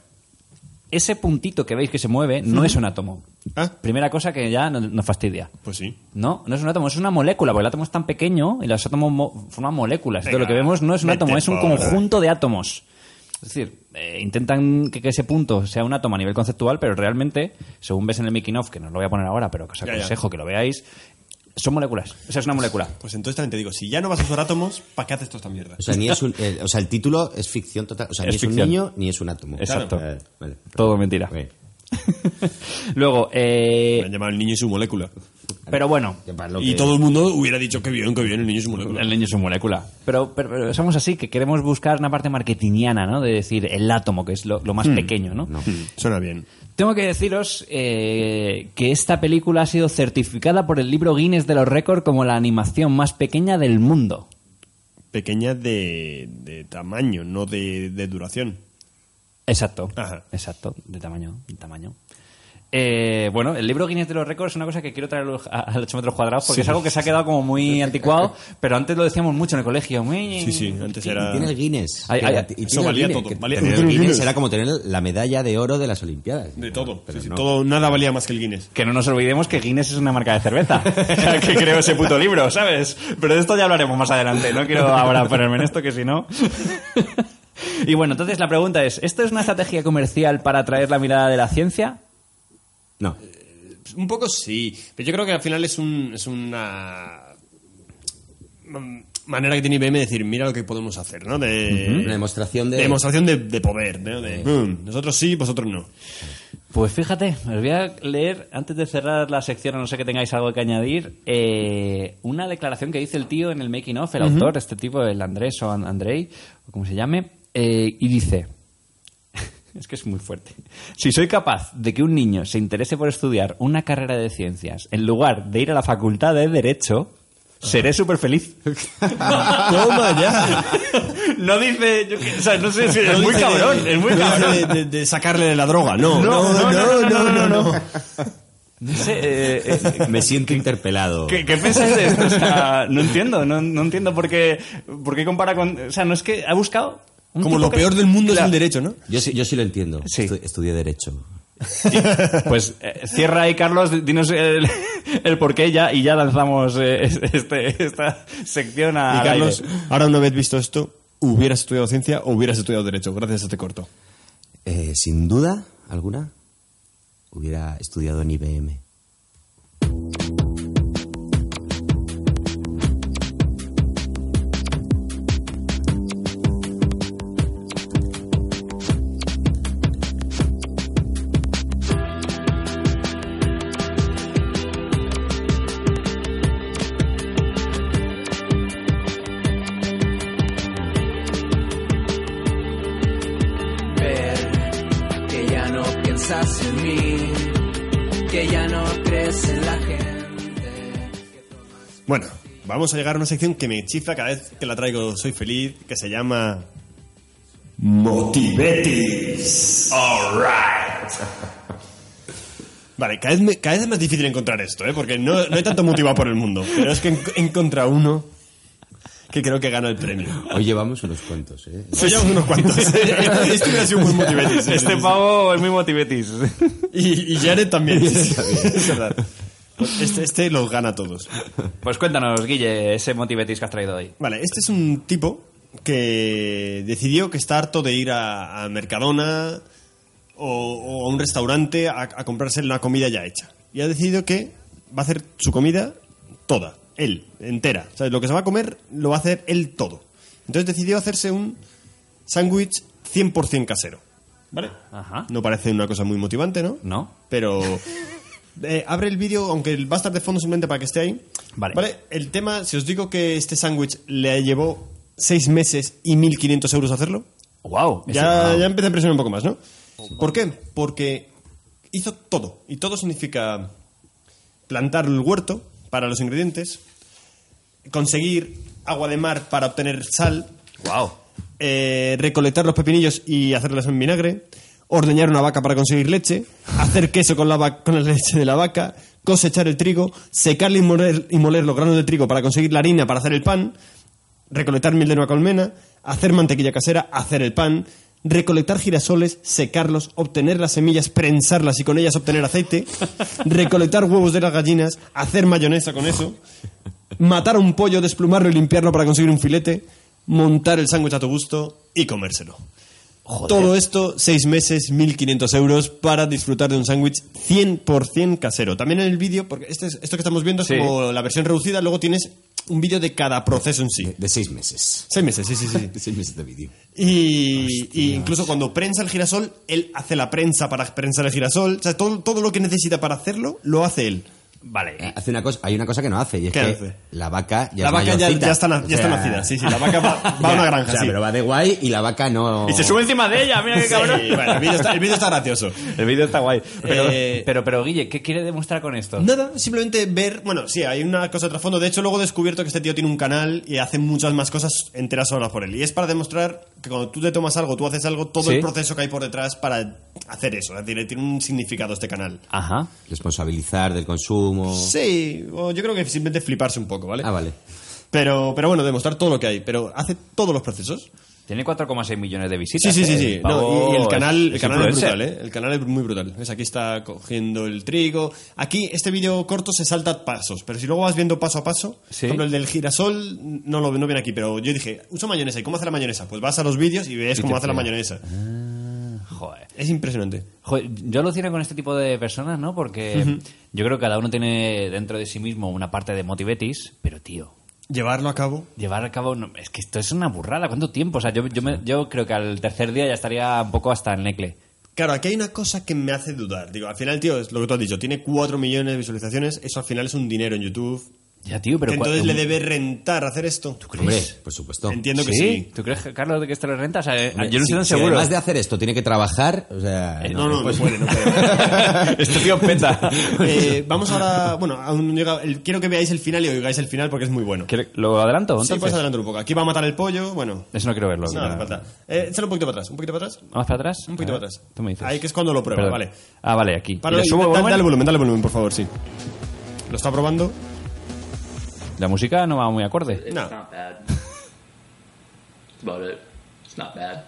ese puntito que veis que se mueve no es un átomo. Ah. Primera cosa que ya no- nos fastidia. Pues sí. No, no es un átomo, es una molécula, porque el átomo es tan pequeño y los átomos mo- forman moléculas. Entonces, lo que vemos no es un vete átomo, es un por- conjunto de átomos. Es decir, eh, intentan que, que ese punto sea un átomo a nivel conceptual, pero realmente, según ves en el making of, que no os lo voy a poner ahora, pero que os Ya, ya. aconsejo que lo veáis, son moléculas. O sea, es una molécula. Pues entonces también te digo, si ya no vas a usar átomos, ¿para qué haces toda esta mierda? O sea, ni es un, el, o sea, el título es ficción total. O sea, ni Es es, ficción. un niño ni es un átomo. Exacto. Vale, vale. Todo mentira. Ok. Luego, eh, Me han llamado el niño y su molécula. pero bueno, Que para lo Y que- todo el mundo hubiera dicho que bien, que bien, el niño y su molécula. El niño es una molécula. Pero, pero- pero somos así, que queremos buscar una parte marketingiana, ¿no? De decir el átomo, que es lo, lo más Hmm. pequeño, ¿no? Suena bien. Tengo que deciros eh, que esta película ha sido certificada por el libro Guinness de los Récords como la animación más pequeña del mundo. Pequeña de, de tamaño, no de, de duración. Exacto, Ajá. exacto, de tamaño, de tamaño. Eh, bueno, el libro Guinness de los récords es una cosa que quiero traer a, a los 8 metros cuadrados porque es algo que se ha quedado como muy anticuado, pero antes lo decíamos mucho en el colegio. muy- Sí, sí, antes era... Tiene el Guinness. Ay, ay, Era- eso y tiene el valía Guinness, todo, que valía- tener el tiene el Guinness Guinness. era como tener la medalla de oro de las Olimpiadas. De todo. Pero sí, sí, no. todo, nada valía más que el Guinness. Que no nos olvidemos que Guinness es una marca de cerveza. que creo ese puto libro, ¿sabes? Pero de esto ya hablaremos más adelante. No quiero ahora ponerme en esto, que si no. y bueno, entonces la pregunta es: ¿esto es una estrategia comercial para atraer la mirada de la ciencia? No. Un poco sí, pero yo creo que al final es, un, es una mm, manera que tiene IBM de decir, mira lo que podemos hacer, ¿no? De, Una demostración de- demostración de, de poder, ¿no? De, "Mm, nosotros sí, vosotros no. Pues fíjate, os voy a leer, antes de cerrar la sección, a no sé que tengáis algo que añadir, eh, una declaración que dice el tío en el making of, el autor, este tipo, el Andrés o An- Andrei, o como se llame, eh, y dice, es que es muy fuerte, si soy capaz de que un niño se interese por estudiar una carrera de ciencias en lugar de ir a la facultad de Derecho, seré súper feliz. Toma ya. no dice, yo que- o sea, no sé, si- es No muy dice de- cabrón, es muy no dice cabrón. De, de- de sacarle la droga, no. No sé, eh, eh, Me siento interpelado. ¿Qué, qué pensáis de esto? O sea, no entiendo, no, no entiendo por qué, por qué compara con... O sea, no es que ha buscado... un Como tipo lo que- peor del mundo es Claro. el derecho, ¿no? Yo sí, yo sí lo entiendo. Sí. Estu- estudié Derecho. Pues eh, cierra ahí, Carlos, dinos el, el porqué ya, y ya lanzamos eh, este, esta sección a... Y al Carlos, aire. ahora una vez visto esto, ¿hubieras estudiado ciencia o hubieras estudiado derecho? Gracias a este corto. Eh, sin duda alguna, hubiera estudiado en IBM. ver que ya no piensas en mí, que ya no crees en la gente. Bueno, vamos a llegar a una sección que me chifla cada vez que la traigo. Soy feliz, que se llama. Motivetis. Alright. Vale, cada vez, me- cada vez es más difícil encontrar esto, ¿eh? porque no, no hay tanto motivado por el mundo. Pero es que en- he encontrado uno que creo que gana el premio. Hoy llevamos unos cuantos, ¿eh? Soy ya unos cuantos. este hubiera sido muy motivetis. sí, sí, Este sí. pavo es muy motivetis. Y, y Jared también. Es verdad. Este, este los gana a todos. Pues cuéntanos, Guille, ese motivetis que has traído hoy. Vale, este es un tipo que decidió que está harto de ir a, a Mercadona o, o a un restaurante a, a comprarse la comida ya hecha. Y ha decidido que va a hacer su comida toda, él, entera. O sea, lo que se va a comer lo va a hacer él todo. Entonces decidió hacerse un sándwich 100% casero. ¿Vale? Ajá. No parece una cosa muy motivante, ¿no? ¿No? Pero eh, abre el vídeo, aunque va a estar de fondo simplemente para que esté ahí. Vale. El tema, si os digo que este sándwich le llevó seis meses y 1.500 euros hacerlo, ¡Wow! ya, ya empieza a impresionar un poco más, ¿no? ¿Por qué? Porque hizo todo. Y todo significa plantar el huerto para los ingredientes, conseguir agua de mar para obtener sal, ¡Wow! eh, recolectar los pepinillos y hacerlos en vinagre, ordeñar una vaca para conseguir leche, hacer queso con la, va- con la leche de la vaca, cosechar el trigo, secarle y moler, y moler los granos de trigo para conseguir la harina para hacer el pan, recolectar miel de nueva colmena, hacer mantequilla casera, hacer el pan, recolectar girasoles, secarlos, obtener las semillas, prensarlas y con ellas obtener aceite, recolectar huevos de las gallinas, hacer mayonesa con eso, matar a un pollo, desplumarlo y limpiarlo para conseguir un filete, montar el sándwich a tu gusto y comérselo. Todo esto, seis meses, 1.500 euros para disfrutar de un sándwich 100% casero. También en el vídeo, porque este es- esto que estamos viendo es Sí. como la versión reducida, luego tienes un vídeo de cada proceso en sí. De, de seis meses. Seis meses, sí, sí, sí. De seis meses de vídeo. Y, y incluso cuando prensa el girasol, él hace la prensa para prensar el girasol. O sea, todo, todo lo que necesita para hacerlo, lo hace él. Vale. Hace una cosa, hay una cosa que no hace, y es ¿Qué que hace? la vaca ya la es vaca ya, mayorcita. ya está, na- O ya está sea, nacida. Sí, sí, la vaca va, va a una granja. O sea, sí. pero va de guay y la vaca no... Y se sube encima de ella, mira qué Sí, cabrón. bueno, el vídeo está, el vídeo está gracioso. El vídeo está guay. Pero, Eh, pero, pero, Guille, ¿qué quiere demostrar con esto? Nada, simplemente ver. Bueno, sí, hay una cosa de trasfondo. De hecho, luego he descubierto que este tío tiene un canal y hace muchas más cosas enteras solas por él. Y es para demostrar que cuando tú te tomas algo, tú haces algo, todo el Sí. proceso que hay por detrás para hacer eso. Es decir, tiene un significado este canal. Ajá. Responsabilizar del consumo. Oh. Sí, o yo creo que simplemente fliparse un poco, ¿vale? Ah, vale. Pero, pero bueno, demostrar todo lo que hay. Pero hace todos los procesos. Tiene 4,6 millones de Sí, visitas. sí, sí, eh, sí. el No, y, pavo y el canal, el es canal es influencer. brutal, ¿eh? El canal es muy brutal. Es aquí está cogiendo el trigo. Aquí, este vídeo corto se salta pasos, pero si luego vas viendo paso a paso, Sí. por ejemplo, el del girasol no lo no viene aquí, pero yo dije, uso mayonesa, ¿y cómo hace la mayonesa? Pues vas a los vídeos y ves cómo hace la mayonesa. Joder. Es impresionante. Joder, yo alucino con este tipo de personas, ¿no? Porque yo creo que cada uno tiene dentro de sí mismo una parte de motivetis, pero tío, Llevarlo a cabo. llevar a cabo... no- es que esto es una burrada. ¿Cuánto tiempo? O sea, yo, yo, me- yo creo que al tercer día ya estaría un poco hasta el necle. Claro, aquí hay una cosa que me hace dudar. Digo, al final, tío, es lo que tú has dicho, tiene 4 millones de visualizaciones, eso al final es un dinero en YouTube. Ya, tío, pero... Que cua- entonces le debe rentar hacer esto. Hombre, por supuesto. Entiendo que ¿Sí? sí. ¿Tú crees, que, Carlos, de que esto le renta? O sea, eh, Hombre, yo no si- estoy tan si seguro. Además de hacer esto, tiene que trabajar. O sea, Eh, No, no, no pues- puede, no puede. este tío peta. Eh, vamos ahora, bueno, aún no llega, el- quiero que veáis el final y oigáis el final porque es muy bueno. ¿Quiere- ¿Lo adelanto? Sí, Entonces? puedes adelantar un poco. Aquí va a matar el pollo, bueno. Eso no quiero verlo. No, no hace falta. Eh, échalo un poquito para atrás, un poquito para atrás. ¿Vamos para atrás? Un poquito A ver, para atrás. Tú me dices. Ahí que es cuando lo prueba, Perdón. vale. Ah, vale, aquí. ¿Y Páralo le y subo da- volumen? Dale volumen, dale volumen, por favor, sí. ¿Lo está probando? La música no va muy acorde. No. not bad. That's about it. It's not bad.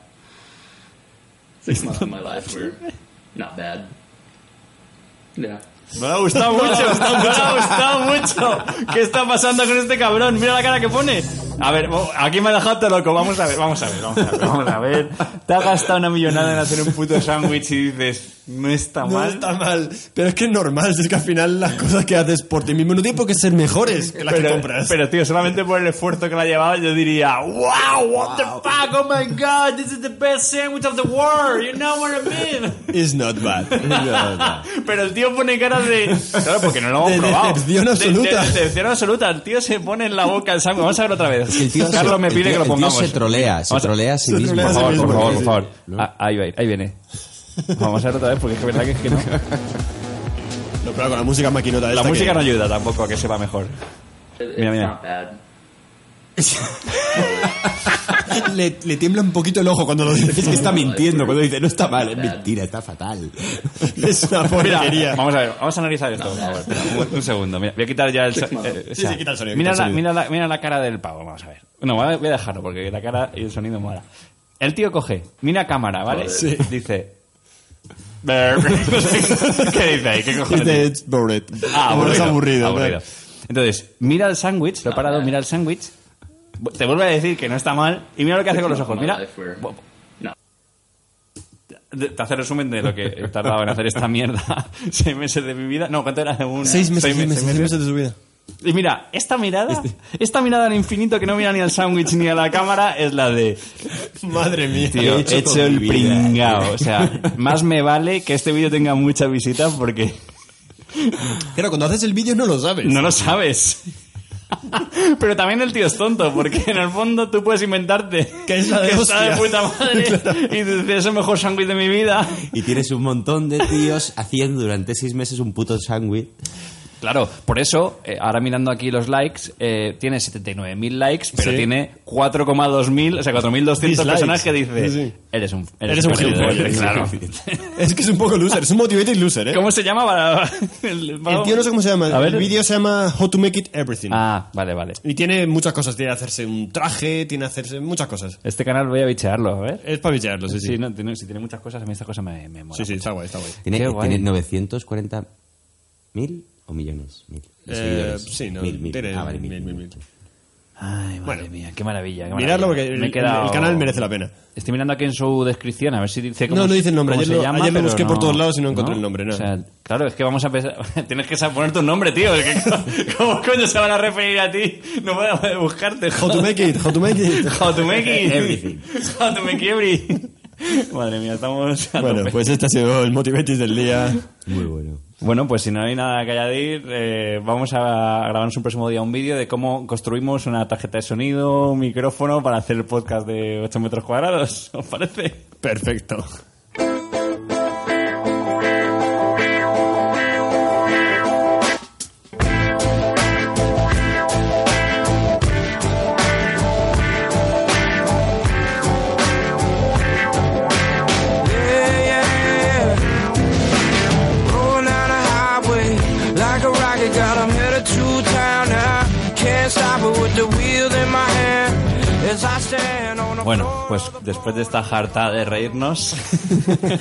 Six months of my life were not bad. Yeah. Me ha Pues gustado mucho, mucho! ¿Qué está pasando con este cabrón? Mira la cara que pone. A ver, bo- aquí me ha dejado todo loco. Vamos a ver, vamos a ver, vamos a ver. Vamos a ver. Te ha gastado una millonada en hacer un puto sándwich y dices, no está No mal. está mal, pero es que es normal, si es que al final las cosas que haces por ti mismo no tienen por qué ser mejores que las que compras. pero, tío, solamente por el esfuerzo que la llevaba, yo diría, wow, what the fuck, oh my god, this is the best sandwich of the world, you know what I mean. It's not bad. Pero el tío pone cara de. Claro, porque no lo hemos De probado. decepción De- absoluta. De, decepción absoluta. El tío se pone en la boca el sándwich. Vamos a ver otra vez. El tío se- Carlos me el pide tío- que lo el tío pongamos. se trolea, se Vamos a- trolea a sí se mismo. trolea a Por sí favor, mismo. por favor, por Sí, favor. Ah, ahí va, ahí viene. Vamos a ver otra vez porque es que verdad que es que no. No, pero con la música maquinota La esta música que- no ayuda tampoco a que sepa mejor. It- It's Mira, mira. not bad. le, le tiembla un poquito el ojo cuando lo dice. Es que está mintiendo cuando dice, no está mal, es mentira, está fatal. Es una Mira, porquería. vamos a ver, vamos a analizar esto. por favor. Espera, un, un segundo, mira, voy a quitar ya el. sa- eh, o Sí, sea, sí, quita el sonido, Mira, quita el la, sonido. mira, la, mira la cara del pavo, vamos a ver. No, voy a voy a dejarlo porque la cara y el sonido mola. El tío coge, mira a cámara, ¿vale? Sí. Dice. ¿Qué dice ahí? eh, ¿Qué cojones? Dice, dice? "It's bored". Ah, Bueno, aburrido, es aburrido. claro. Entonces, mira el sándwich, lo he parado, mira el sándwich. Te vuelve a decir que no está mal y mira lo que hace con los ojos. Mira, De- te hace resumen de lo que he tardado en hacer esta mierda seis meses de mi vida. No, ¿cuánto era? Un, Seis meses, seis meses, seis seis meses de su vida. Y mira, esta mirada, Este. esta mirada al infinito que no mira ni al sándwich ni a la cámara es la de, Madre mía. tío, he hecho, con el mi vida? pringao. O sea, más me vale que este vídeo tenga muchas visitas porque Claro, cuando haces el vídeo no lo sabes. no lo sabes. Pero también el tío es tonto, porque en el fondo tú puedes inventarte Que es la de está de hostia. puta madre y dices, es el mejor sándwich de mi vida. Y tienes un montón de tíos haciendo durante seis meses un puto sándwich. Claro, por eso, eh, ahora mirando aquí los likes, eh, tiene 79.000 likes, pero Sí. tiene 4,2.000, o sea, 4.200 Dislikes. personas que dice, Sí, sí. eres un Eres un perdedor, gilipollas, claro. Es que es un poco loser, es un motivated loser, ¿eh? ¿Cómo se llamaba? El, El tío no sé cómo se llama. A ver. El vídeo se llama How to Make It Everything. Ah, vale, vale. Y tiene muchas cosas. Tiene que hacerse un traje, tiene que hacerse muchas cosas. Este canal voy a bichearlo, a ver. Es para bichearlo, Eh, sí, sí. Sí, no, tiene, si tiene muchas cosas, a mí estas cosas me, me molan. Sí, sí, está guay, está guay. Tiene, Qué guay. tiene 940 mil o millones. Mil, de Eh, seguidores. sí, no, Mil, mil. tiene Ah, vale, mil, mil, mil, mil. mil. Ay, madre Bueno. mía, qué maravilla. qué Miradlo porque maravilla. el, Me he quedado- el canal merece la pena. Estoy mirando aquí en su descripción a ver si dice cómo No, no se- dice el nombre. cómo Ayer se lo- llama, ayer lo pero busqué por todos lados y no encontré el nombre, no. O sea, claro, es que vamos a pensar... Tienes que sa- poner tu nombre, tío. es que co- ¿Cómo coño se van a referir a ti? No van a poder buscarte. How to Make It, How to Make It. How to make it. Everything. How to make every- Madre mía, estamos... a Bueno, tope. pues este ha sido el motivated del día. Muy bueno. Bueno, pues si no hay nada que añadir, eh, vamos a grabarnos un próximo día un vídeo de cómo construimos una tarjeta de sonido, un micrófono para hacer el podcast de 8 metros cuadrados, ¿os parece? Perfecto. Bueno, pues después de esta jarta de reírnos,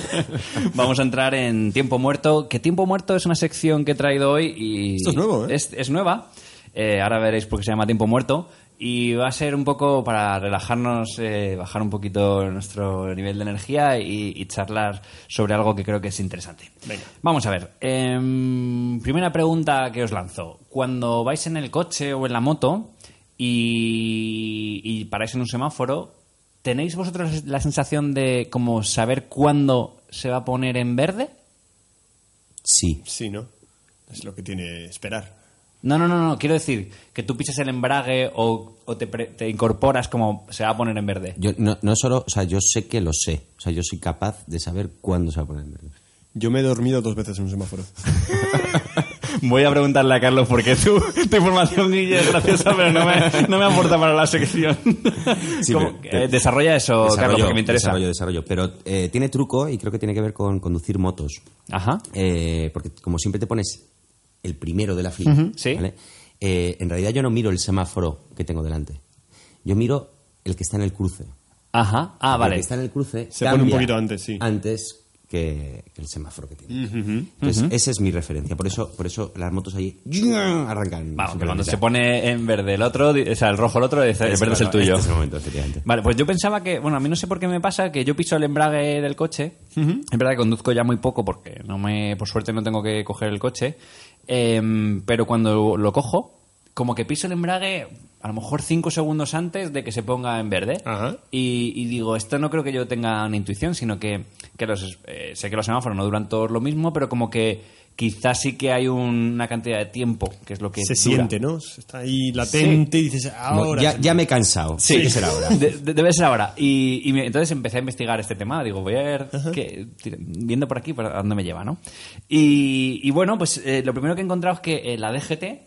vamos a entrar en Tiempo Muerto. Que Tiempo Muerto es una sección que he traído hoy y. Esto es nuevo, ¿eh? Es, es nueva. Eh, ahora veréis por qué se llama Tiempo Muerto. Y va a ser un poco para relajarnos, eh, bajar un poquito nuestro nivel de energía y, y charlar sobre algo que creo que es interesante. Venga. Vamos a ver. em, primera pregunta que os lanzo. Cuando vais en el coche o en la moto y, y paráis en un semáforo, ¿tenéis vosotros la sensación de como saber cuándo se va a poner en verde? Sí. Sí, ¿no? Es lo que tiene esperar. No, no, no, no. Quiero decir que tú pisas el embrague o, o te, pre- te incorporas como se va a poner en verde. Yo no, no solo, o sea, yo sé que lo sé. O sea, yo soy capaz de saber cuándo se va a poner en verde. Yo me he dormido dos veces en un semáforo. Voy a preguntarle a Carlos porque tu, tu información, Guille, es graciosa, pero no me, no me aporta para la sección. Sí, Como- pero- pero- eh, desarrolla eso, Desarrollo, Carlos, porque me interesa. Desarrollo, desarrollo. Pero eh, tiene truco y creo que tiene que ver con conducir motos. Ajá. Eh, porque como siempre te pones el primero de la fila, sí. ¿vale? Eh, en realidad yo no miro el semáforo que tengo delante. Yo miro el que está en el cruce. Ajá. Ah, El que vale. está en el cruce Se pone un cambia poquito antes, sí. Antes que, que el semáforo que tiene. Entonces, esa es mi referencia. Por eso, por eso las motos ahí arrancan. Vamos, que súper cuando lenta. se pone en verde el otro, di- o sea, el rojo el otro, dice, el verde es el Este tuyo. es el momento, efectivamente. Vale, pues yo pensaba que, bueno, a mí no sé por qué me pasa que yo piso el embrague del coche. Es verdad que conduzco ya muy poco porque no me, por suerte no tengo que coger el coche. Em, pero cuando lo cojo, como que piso el embrague a lo mejor cinco segundos antes de que se ponga en verde. Ajá. Y, y digo, esto no creo que yo tenga una intuición, sino que, que los, eh, sé que los semáforos no duran todos lo mismo, pero como que quizás sí que hay un- una cantidad de tiempo, que es lo que Se dura. siente, ¿no? Está ahí latente y dices, Como, ahora. ya, ya me he cansado. Tiene que ser ahora. De- de- debe ser ahora. Y, y me- entonces empecé a investigar este tema. Digo, voy a ver, qué- tira- viendo por aquí, para dónde me lleva, ¿no? Y, y bueno, pues eh, lo primero que he encontrado es que eh, la DGT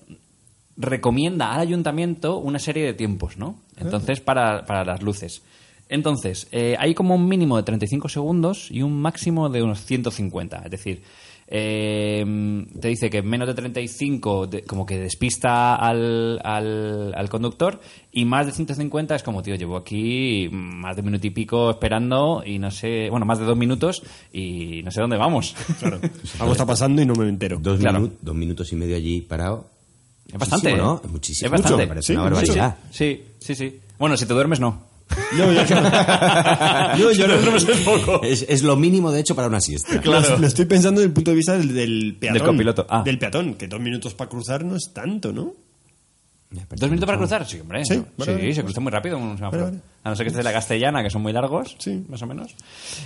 recomienda al ayuntamiento una serie de tiempos, ¿no? Entonces, para, para las luces. Entonces, eh, hay como un mínimo de 35 segundos y un máximo de unos 150. Es decir, eh, te dice que menos de 35 de- como que despista al, al, al conductor y más de 150 es como, tío, llevo aquí más de un minuto y pico esperando y no sé, bueno, más de dos minutos y no sé dónde vamos. Claro. Algo está pasando y no me entero. Dos, Claro. minu- dos minutos y medio allí parado. Es bastante, Muchísimo, ¿no? ¿eh? Es muchísimo. Es bastante. Mucho, me parece Sí, una mucho. barbaridad. Ah, Sí, sí, sí. Bueno, si te duermes, no. No, yo, yo, yo lo, Es, es lo mínimo, de hecho, para una siesta. lo- lo estoy pensando desde el punto de vista del, del peatón. Del copiloto, ah. Del peatón, que dos minutos para cruzar no es tanto, ¿no? ¿Dos minutos para cruzar? Sí, hombre. Sí, Sí, vale, vale. se cruza muy rápido en un semáforo. Vale, vale. A no ser que estés de la castellana, que son muy largos, Sí. más o menos.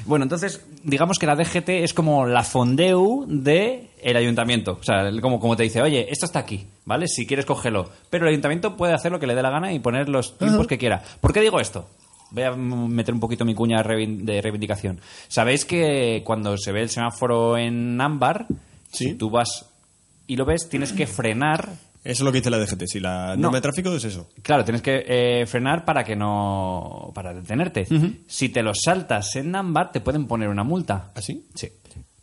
Bueno, entonces, digamos que la DGT es como la fondeu de el ayuntamiento. O sea, el- como, como te dice, oye, esto está aquí, ¿vale? Si quieres, cógelo. Pero el ayuntamiento puede hacer lo que le dé la gana y poner los tiempos que quiera. ¿Por qué digo esto? Voy a mm, meter un poquito mi cuña de reivin- de reivindicación. ¿Sabéis que cuando se ve el semáforo en ámbar, si tú vas y lo ves, tienes que frenar Eso es lo que dice la DGT. Si la No. norma de tráfico es eso. Claro, tienes que eh, frenar para que no. para detenerte. Si te los saltas en ámbar, te pueden poner una multa. ¿Ah, sí? Sí.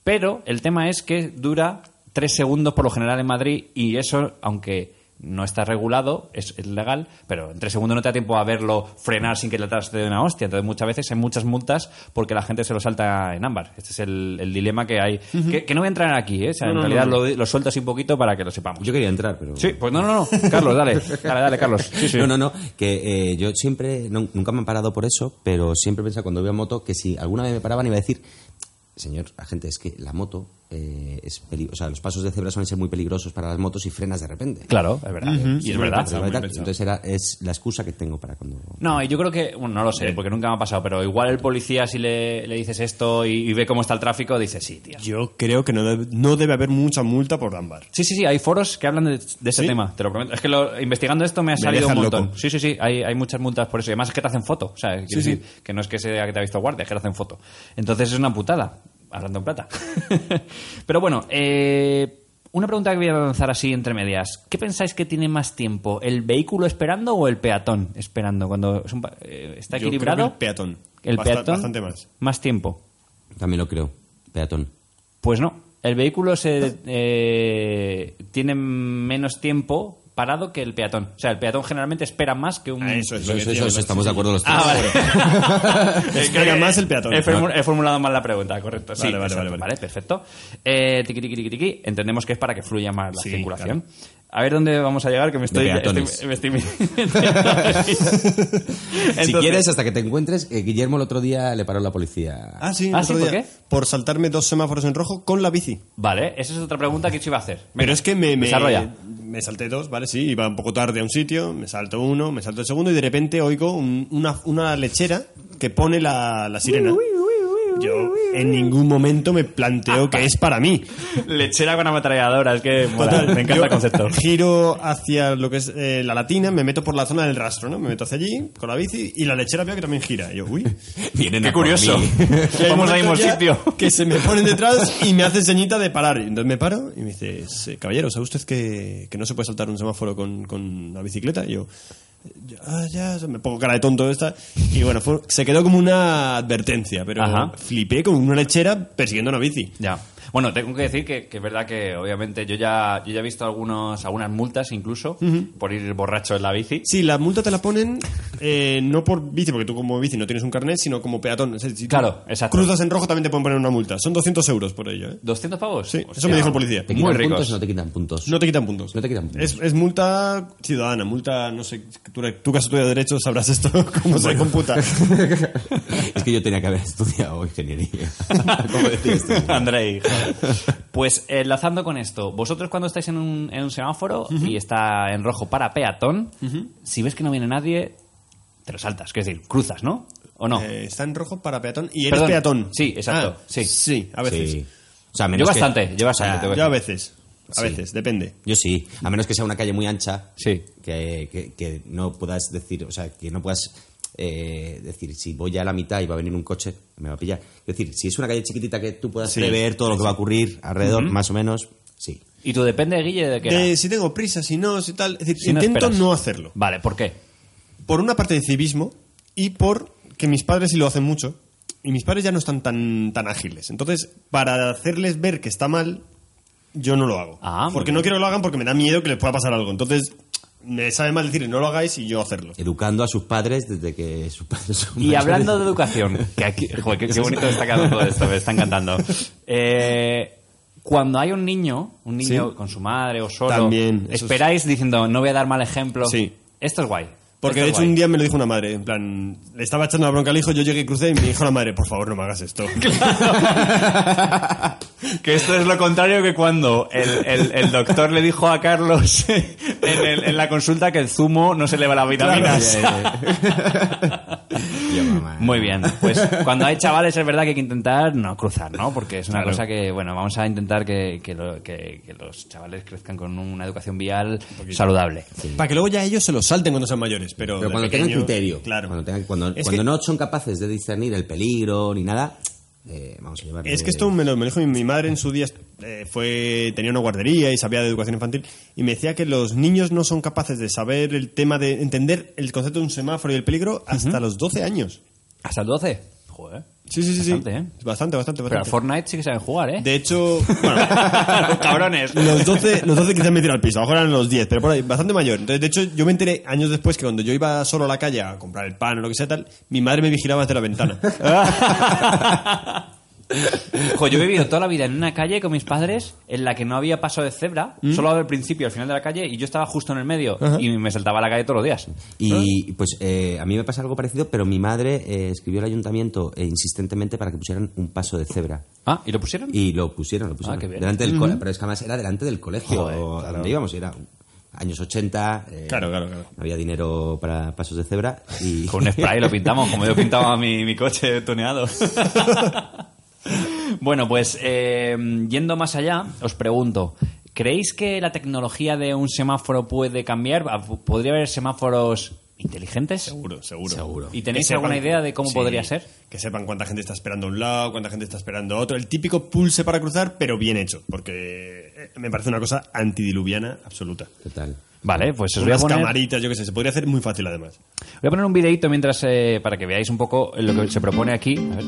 Pero el tema es que dura tres segundos por lo general en Madrid y eso, aunque no está regulado, es, es legal, pero en tres segundos no te da tiempo a verlo frenar sin que le atas de una hostia. Entonces muchas veces hay muchas multas porque la gente se lo salta en ámbar. Este es el, el dilema que hay. que, que no voy a entrar aquí, ¿eh? O sea, en realidad Lo, lo suelto así un poquito para que lo sepamos. Yo quería entrar, pero... Sí, pues no, no, no. Carlos, dale. Dale, dale, Carlos. Sí, sí. No, no, no. Que eh, yo siempre, no- nunca me han parado por eso, pero siempre pensaba cuando veo moto que si alguna vez me paraban iba a decir, señor, agente, es que la moto eh, es peli- O sea, los pasos de cebra suelen ser muy peligrosos para las motos y frenas de repente. Claro, es verdad. Y es verdad. Pero, ¿verdad? Entonces era, es la excusa que tengo para cuando... No, y yo creo que, bueno, no lo sé, porque nunca me ha pasado, pero igual el policía si le, le dices esto y, y ve cómo está el tráfico, dice, sí, tío. Yo creo que no, debe- no debe haber mucha multa por ámbar. Sí, sí, sí, hay foros que hablan de, de ese ¿Sí? tema, te lo prometo. Es que lo- investigando esto me ha salido un dejas montón. loco. Sí, sí, sí, hay, hay muchas multas por eso. Y además es que te hacen foto, o sea, quiero Sí, sí. decir que no es que sea que te ha visto guardia, es que te hacen foto. Entonces es una putada, hablando en plata. pero bueno, eh, una pregunta que voy a lanzar así entre medias. ¿Qué pensáis que tiene más tiempo, el vehículo esperando o el peatón esperando? Cuando es un pa- eh, está Yo creo equilibrado. que el peatón. El Basta- peatón. Bastante más. Más tiempo. También lo creo. Peatón. Pues no. El vehículo se eh, tiene menos tiempo parado que el peatón. O sea, el peatón generalmente espera más que un... Ah, eso es lo que Eso, eso, decíamos. eso, estamos de acuerdo los tres. Ah, vale. Es que era más el peatón. He, formu- he formulado mal la pregunta, correcto. Sí, Vale, vale, exacto, vale, vale. perfecto. Eh, tiqui, tiqui, tiqui, tiqui. Entendemos que es para que fluya más la Sí, circulación. A ver dónde vamos a llegar, que me estoy... peatones. estoy- me estoy- Entonces- si quieres, hasta que te encuentres, eh, Guillermo el otro día le paró la policía. Ah, sí, Ah, el otro sí, ¿por día. qué? Por saltarme dos semáforos en rojo con la bici. Vale, esa es otra pregunta que yo iba a hacer. Pero es que me, me, Desarrolla. me salté dos, ¿vale? Sí, iba un poco tarde a un sitio, me salto uno, me salto el segundo y de repente oigo un- una, una lechera que pone la, la sirena. Yo en ningún momento me planteo que es para mí. Lechera con ametralladora, es que mola, me encanta Yo el concepto. Giro hacia lo que es eh, la latina, me meto por la zona del rastro, ¿no? Me meto hacia allí con la bici y la lechera veo que también gira. Y yo, uy. Vienen Qué a por curioso. mí. Y hay Vamos momentos al mismo ya sitio. Que se me ponen detrás y me hace señita de parar. Y entonces me paro y me dice, "Sí, caballero, ¿sabe usted que, que no se puede saltar un semáforo con, con la bicicleta? Y yo, "Ya, ah, ya, me pongo cara de tonto esta. Y bueno, fue- se quedó como una advertencia, pero Ajá. flipé como una lechera persiguiendo una bici. Ya. Bueno, tengo que decir que, que es verdad que obviamente yo ya, yo ya he visto algunos, algunas multas incluso por ir borracho en la bici. Sí, la multa te la ponen eh, no por bici, porque tú como bici no tienes un carnet, sino como peatón. Es decir, si tú Claro, exacto. Cruzas en rojo también te pueden poner una multa. Son 200 euros por ello, ¿eh? ¿200 pavos? Sí, Hostia. eso me dijo el policía. ¿Te Muy quitan ricos. puntos o no te quitan puntos? No te quitan puntos. No te quitan puntos. Es, es multa ciudadana, multa, no sé, tú, tú que has estudiado Derecho sabrás esto, cómo se computa. es que yo tenía que haber estudiado ingeniería. ¿Cómo decís tú? Andrei. Pues enlazando con esto, vosotros cuando estáis en un, en un semáforo y está en rojo para peatón, si ves que no viene nadie, te lo saltas. Quiero decir, cruzas, ¿no? ¿O no? Eh, está en rojo para peatón y eres Perdón. peatón. Sí, exacto, Ah, sí. Sí, a veces. Sí. O sea, a yo menos que- bastante, yo O sea, bastante. te voy Yo a a decir. veces, a Sí. veces, depende. Yo sí, a menos que sea una calle muy ancha, Sí. que, que- que no puedas decir, o sea, que no puedas eh, decir, si voy a la mitad y va a venir un coche, me va a pillar. Es decir, si es una calle chiquitita que tú puedas Sí. prever todo lo que va a ocurrir alrededor, más o menos, sí. Y tú depende, Guille, de que... De si tengo prisa, si no, si tal. Es decir, eh, intento no, hacerlo. Vale, ¿por qué? Por una parte de civismo y por que mis padres sí lo hacen mucho y mis padres ya no están tan, tan ágiles. Entonces, para hacerles ver que está mal, yo no lo hago. Ah, muy porque no bien. quiero que lo hagan porque me da miedo que les pueda pasar algo. Entonces, me sabe mal decirles no lo hagáis y yo hacerlo. Educando a sus padres desde que sus padres son Y mayores. hablando de educación, que aquí, joder, qué, qué bonito está quedando todo esto, me está encantando. Eh, cuando hay un niño, un niño Sí. con su madre o solo, También, eso es- esperáis diciendo, no voy a dar mal ejemplo. Sí. Esto es guay. Porque de Esto es hecho un guay. día me lo dijo una madre, en plan, le estaba echando la bronca al hijo, yo llegué y crucé y me dijo la madre, por favor no me hagas esto. Que esto es lo contrario que cuando el, el- el doctor le dijo a Carlos en, el- en la consulta que el zumo no se eleva las vitaminas. Yo, mamá. Muy bien, pues cuando hay chavales es verdad que hay que intentar no cruzar, ¿no? Porque es una Claro. cosa que, bueno, vamos a intentar que, que lo- que- que los chavales crezcan con una educación vial saludable. Para que luego ya ellos se lo salten cuando sean mayores, pero, Pero de cuando pequeño, tengan criterio, Claro. cuando, tengan- cuando, Es cuando que- no son capaces de discernir el peligro ni nada, eh, vamos a llevar. Es que esto me lo, me lo dijo mi, mi madre en su día. eh, fue Tenía una guardería y sabía de educación infantil. Y me decía que los niños no son capaces de saber el tema de entender el concepto de un semáforo y el peligro hasta los 12 años. ¿Hasta el 12? Joder. Sí, sí, sí. sí. Bastante, ¿eh? Bastante, bastante, Pero a bastante. Fortnite sí que saben jugar, ¿eh? De hecho, bueno, Los cabrones. Los 12, los 12 quizás me tiró al piso, a lo mejor eran los 10, pero por ahí, bastante mayor. Entonces, de hecho, yo me enteré años después que cuando yo iba solo a la calle a comprar el pan o lo que sea tal, mi madre me vigilaba desde la ventana. Jo, yo he vivido toda la vida en una calle con mis padres en la que no había paso de cebra, Mm. solo al principio, al final de la calle, y yo estaba justo en el medio y me saltaba a la calle todos los días. Y ¿Ah? pues eh, a mí me pasa algo parecido, pero mi madre eh, escribió al ayuntamiento eh, insistentemente para que pusieran un paso de cebra. Ah, ¿y lo pusieron? Y lo pusieron, lo pusieron. Ah, qué bien. delante del cole, pero es que además era delante del colegio Joder, a donde íbamos. Era años 80. eh, Claro, claro, claro. No había dinero para pasos de cebra. Y... Con un spray lo pintamos, como yo pintaba mi, mi coche tuneado. bueno, pues eh, yendo más allá, os pregunto. ¿Creéis que la tecnología de un semáforo puede cambiar? Ah, p- ¿Podría haber semáforos inteligentes? Seguro, seguro. Seguro. ¿Y tenéis Que sepan- alguna idea de cómo podría ser? Que sepan cuánta gente está esperando a un lado, cuánta gente está esperando a otro. El típico pulse para cruzar, pero bien hecho, porque eh, me parece una cosa antidiluviana absoluta. Total. Vale, pues os voy a Unas poner... camaritas, yo qué sé, se podría hacer muy fácil además. Voy a poner un videito mientras eh, para que veáis un poco lo que se propone aquí. A ver.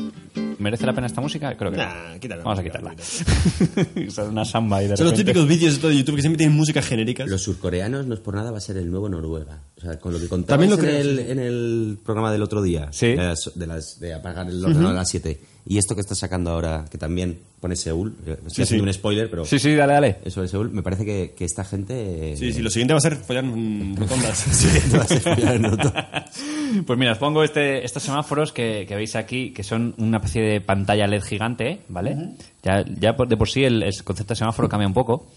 ¿Merece la pena esta música? Creo que Nah, no. quítala, Vamos a quítala, quitarla. Esa es una samba ahí de Son los repente. típicos vídeos estos de YouTube que siempre tienen música genérica. Los surcoreanos no es por nada, va a ser el nuevo Noruega. O sea, con lo que contabas También lo en, creo, el, sí. en el programa del otro día, Sí. de, las- de las- de apagar el ordenador a las 7. Y esto que está sacando ahora, que también pone Seúl, eh, estoy Sí, haciendo sí. un spoiler, pero Sí, sí, dale, dale. eso de Seúl, me parece que, que esta gente... eh, Sí, sí, lo siguiente va a ser follar mm, rotondas. va a ser follar en rotondas. Pues mira, os pongo este, estos semáforos que, que veis aquí, que son una especie de pantalla LED gigante, ¿vale? Ya, ya por- de por sí el, el concepto de semáforo cambia un poco,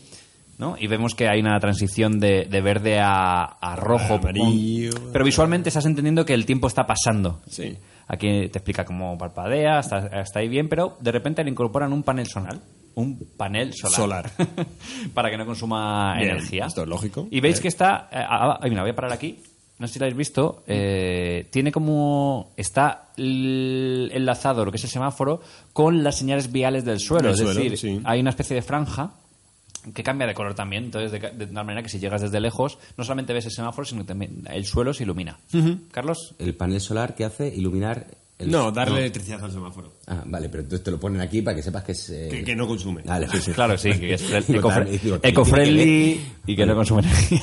¿no? Y vemos que hay una transición de, de verde a, a rojo. Amarillo. eh. Pero visualmente estás entendiendo que el tiempo está pasando. Sí. Aquí te explica cómo parpadea, hasta, hasta ahí bien, pero de repente le incorporan un panel solar. Un panel solar. Solar. para que no consuma Bien, energía. esto es lógico. Y veis Bien. que está. eh, ah, ah, mira, voy a parar aquí. No sé si lo habéis visto. eh, tiene como. Está l- enlazado lo que es el semáforo con las señales viales del suelo. Del es suelo, decir, sí. hay una especie de franja que cambia de color también. Entonces, de, ca- de tal manera que si llegas desde lejos, no solamente ves el semáforo, sino que también el suelo se ilumina. Carlos, El panel solar que hace iluminar... el- No, darle electricidad al semáforo. Ah, vale, pero entonces te lo ponen aquí para que sepas que es... eh, Que, que no consume. Vale, sí, sí. Claro, sí, que es el Digo, eco- dale, digo, eco-friendly tiene que ver. y que no consume energía.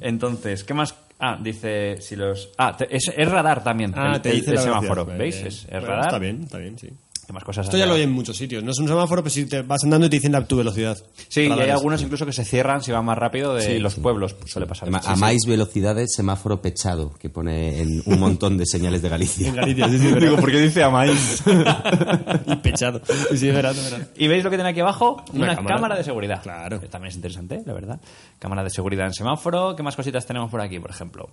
Entonces, ¿qué más? Ah, dice si los. Ah, te- es, es radar también. el, el- el Ah, la semáforo. velocidad. ¿Veis? Bien. Es, es Bueno, radar. Está bien, está bien, sí. ¿Qué más cosas Esto ya habrá? lo hay en muchos sitios. No es un semáforo, pero si te vas andando y te dicen la, tu velocidad. Sí, y hay Radares. algunos incluso que se cierran si van más rápido de Sí, los sí. pueblos. pues Suele pasar. Además, Sí, a sí. más velocidades, semáforo pechado, que pone en un montón de señales de Galicia. En Galicia, sí, sí, Digo, ¿por porque qué dice a más? y pechado. Sí, Sí, es verdad, es verdad. ¿Y veis lo que tiene aquí abajo? Una, Una cámara. cámara. de seguridad. Claro. Que también es interesante, la verdad. Cámara de seguridad en semáforo. ¿Qué más cositas tenemos por aquí, por ejemplo?